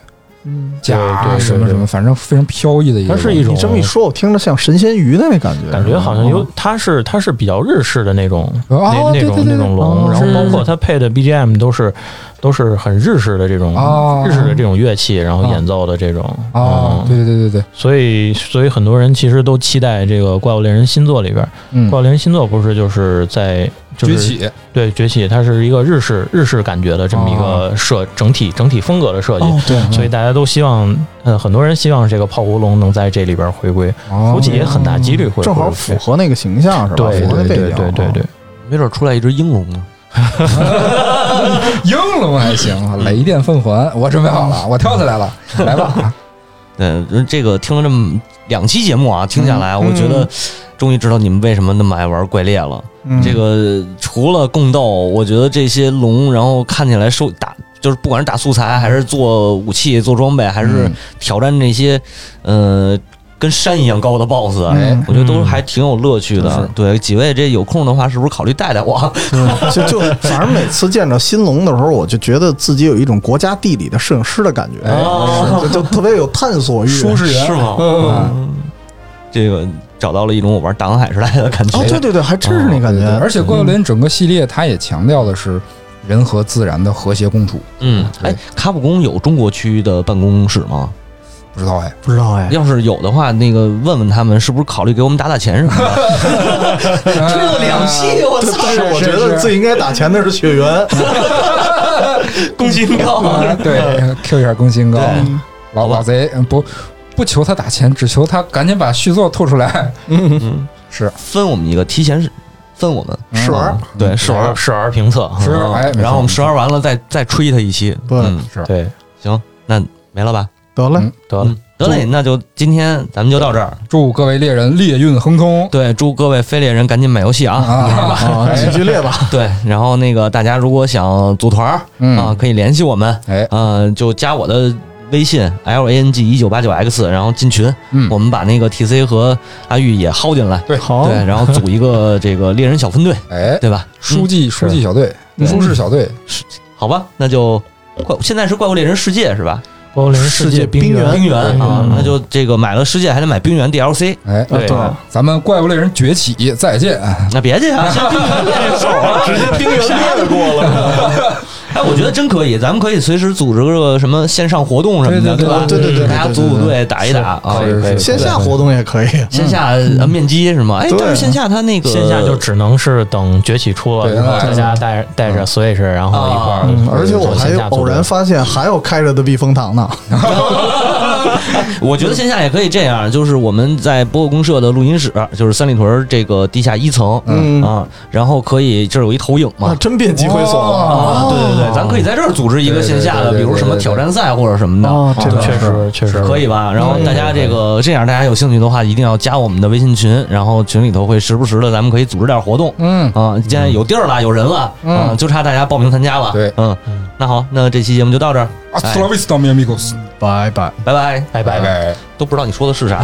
C: 嗯，
G: 对
F: 加
G: 对对
F: 什么
G: 对
F: 什么，反正非常飘逸的一个龙，
G: 它是一种
C: 你这么一说，我听着像神仙鱼的那感觉，
G: 感觉好像有
C: 啊，
G: 它是它是比较日式的那种
F: 哦
G: 那那
F: 对对
G: 种
F: 对对
G: 那种
C: 哦
G: 龙，然后
C: 是
G: 包
C: 是
G: 括
C: 是
G: 它配的 BGM 都是都是很日式的这种
F: 哦
G: 日式的这种乐器，然后
C: 嗯
F: 哦
G: 演奏的这种
F: 哦，
G: 嗯
F: 对对对对对，
G: 所以所以很多人其实都期待这个《怪物猎人》新作里边，
F: 嗯
G: 《怪物猎人》新作不是就是在就是
F: 起，
G: 对崛起，它是一个日式日式感觉的这么一个设整体整体风格的设计。
C: 哦对，
G: 所以大家都希望，呃，很多人希望这个泡芙龙能在这里边回归，
F: 哦
G: 估计也很大几率会
C: 正好
G: 回归
C: 符合那个形象是吧？
G: 对
C: 符合
G: 对
C: 那背
G: 对
C: 景，啊
G: 对对对，
B: [laughs] 没准出来一只鹰龙呢。
F: 英龙还行啊，雷电凤凰，我准备好了，我跳起来了，来
G: [laughs]
F: 吧，
B: 对，这个听了这么两期节目啊，听下来，
C: 嗯
B: 我觉得终于知道你们为什么那么爱玩怪猎了。
C: 嗯
B: 这个除了共斗，我觉得这些龙，然后看起来收打，就是不管是打素材，还是做武器、做装备，还是
F: 嗯
B: 挑战那些，呃，跟山一样高的 BOSS，、啊
C: 嗯
B: 我觉得都还挺有乐趣的。对，几位这有空的话，是不是考虑带带我？[laughs]
C: [laughs] 就就反正每次见着新龙的时候，我就觉得自己有一种国家地理的摄影师的感觉，
B: 哦
C: 是就就特别有探索欲。
F: 舒适
B: 是
F: 员，
B: 吗？
G: 哦
F: 嗯
B: 这个找到了一种我玩《大航海时代》的感觉。嗯
C: 哦，对对对，还真是那感
F: 啊对
C: 觉。嗯
F: 对而且怪物猎人整个系列，它也强调的是人和自然的和谐共处，
B: 嗯，哎，卡普空有中国区的办公室吗？
F: 不知道
G: [laughs]
F: 哎，
C: 不知道哎，
B: 要是有的话，那个问问他们是不是考虑给我们打打钱什么的。 [laughs] 吹了两
F: [laughs]
G: 啊
B: 期， [laughs] 我
C: 对
B: 操！
C: 但是我
F: 是
C: 觉得
F: 是
C: 最应该打钱的是雪原。
B: 攻心高
F: 啊对，Q 一下更新高，老
B: 好吧
F: 老贼嗯不不求他打钱，只求他赶紧把续作吐出来，是
B: 分我们一个，提前是分我
F: 嗯
B: 们
C: 试玩
B: 啊对试
G: 试
B: 玩
G: 玩试玩评测，
F: 是
B: 嗯
F: 哎没错
B: 然后我们试玩完了再再吹他一期。
C: 对
B: 嗯，
G: 对，
B: 行，那没了吧？
C: 得嘞
F: 嗯，
G: 得了
B: 嗯，，得嘞，那就今天咱们就到这儿。
F: 祝各位猎人猎运亨通
B: 对，祝各位飞猎人赶紧买游戏啊！
G: [laughs]
F: 啊，
C: 啊，几句列吧。
B: 对，然后那个大家如果想组团儿、啊，
F: 嗯，
B: 可以联系我们，
F: 哎，
B: 嗯、就加我的微信 l a n g 一九八九 x，然后进群，
F: 嗯
B: 我们把那个 T C 和阿玉也薅进来，
F: 对
C: 好
B: 对，然后组一个这个猎人小分队，
G: 嗯
F: 哎，
B: 对吧？
F: 书记书记小队，
B: 对
F: 舒适小队，
B: 好吧，那就怪现在是怪物猎人世界是吧？
G: 柏林
C: 世
G: 世
C: 界
G: 界冰
C: 冰原
G: 原
B: 冰原啊
G: 嗯，
B: 那就这个买了世界还得买冰原 D L C，
F: 哎，
G: 对
C: 对
F: 咱们怪物猎人崛起，再见。
B: 那别介啊，先冰原练手啊，直接
C: 冰原略过了，
B: 哎，我觉得真可以，咱们可以随时组织个什么线上活动什么的，
F: 对对
B: 吧？
C: 对对对对
B: 大家组组队打一打啊
G: 可，以
F: 是
G: 可以
F: 是
C: 线下活动也可以。
F: 嗯
B: 线下呃面基是吗？哎，
C: 对
B: 但是线下他那个
G: 线下就只能是等崛起出了
F: 对
G: 以后，
F: 对
G: 大家带带着 Switch，然后一块儿
C: 嗯，[laughs]
G: 做。
C: 而且我还
G: 线下做
C: 偶然发现还有开着的避风塘呢。
B: [laughs] 我觉得线下也可以这样，就是我们在播客公社的录音室，就是三里屯这个地下一层、
C: 嗯
B: 啊，然后可以这儿有一投影
C: 啊，
B: 嘛。
C: [laughs] 真变机会所
F: 哦
C: 了。
B: 啊，对对对，咱可以在这儿组织一个线下的，
F: 对对对对
B: 比如什么挑战赛或者什么的，
C: 哦
F: 啊
C: 这个
G: 确实确实
B: 可以吧？然后大家这个这样，大家有兴趣的话，一定要加我们的微信群，然后群里头会时不时的，咱们可以组织点活动。
F: 嗯，
B: 啊，现在有地儿了，有人了，啊，就差大家报名参加了。
F: 对
B: 嗯，那好，那这期节目就到这儿，
G: 哎
F: 阿斯拉维斯达米 amigos，
C: 拜拜。
B: 拜拜，
G: 拜拜。
F: 拜。
B: 都不知道你说的是啥。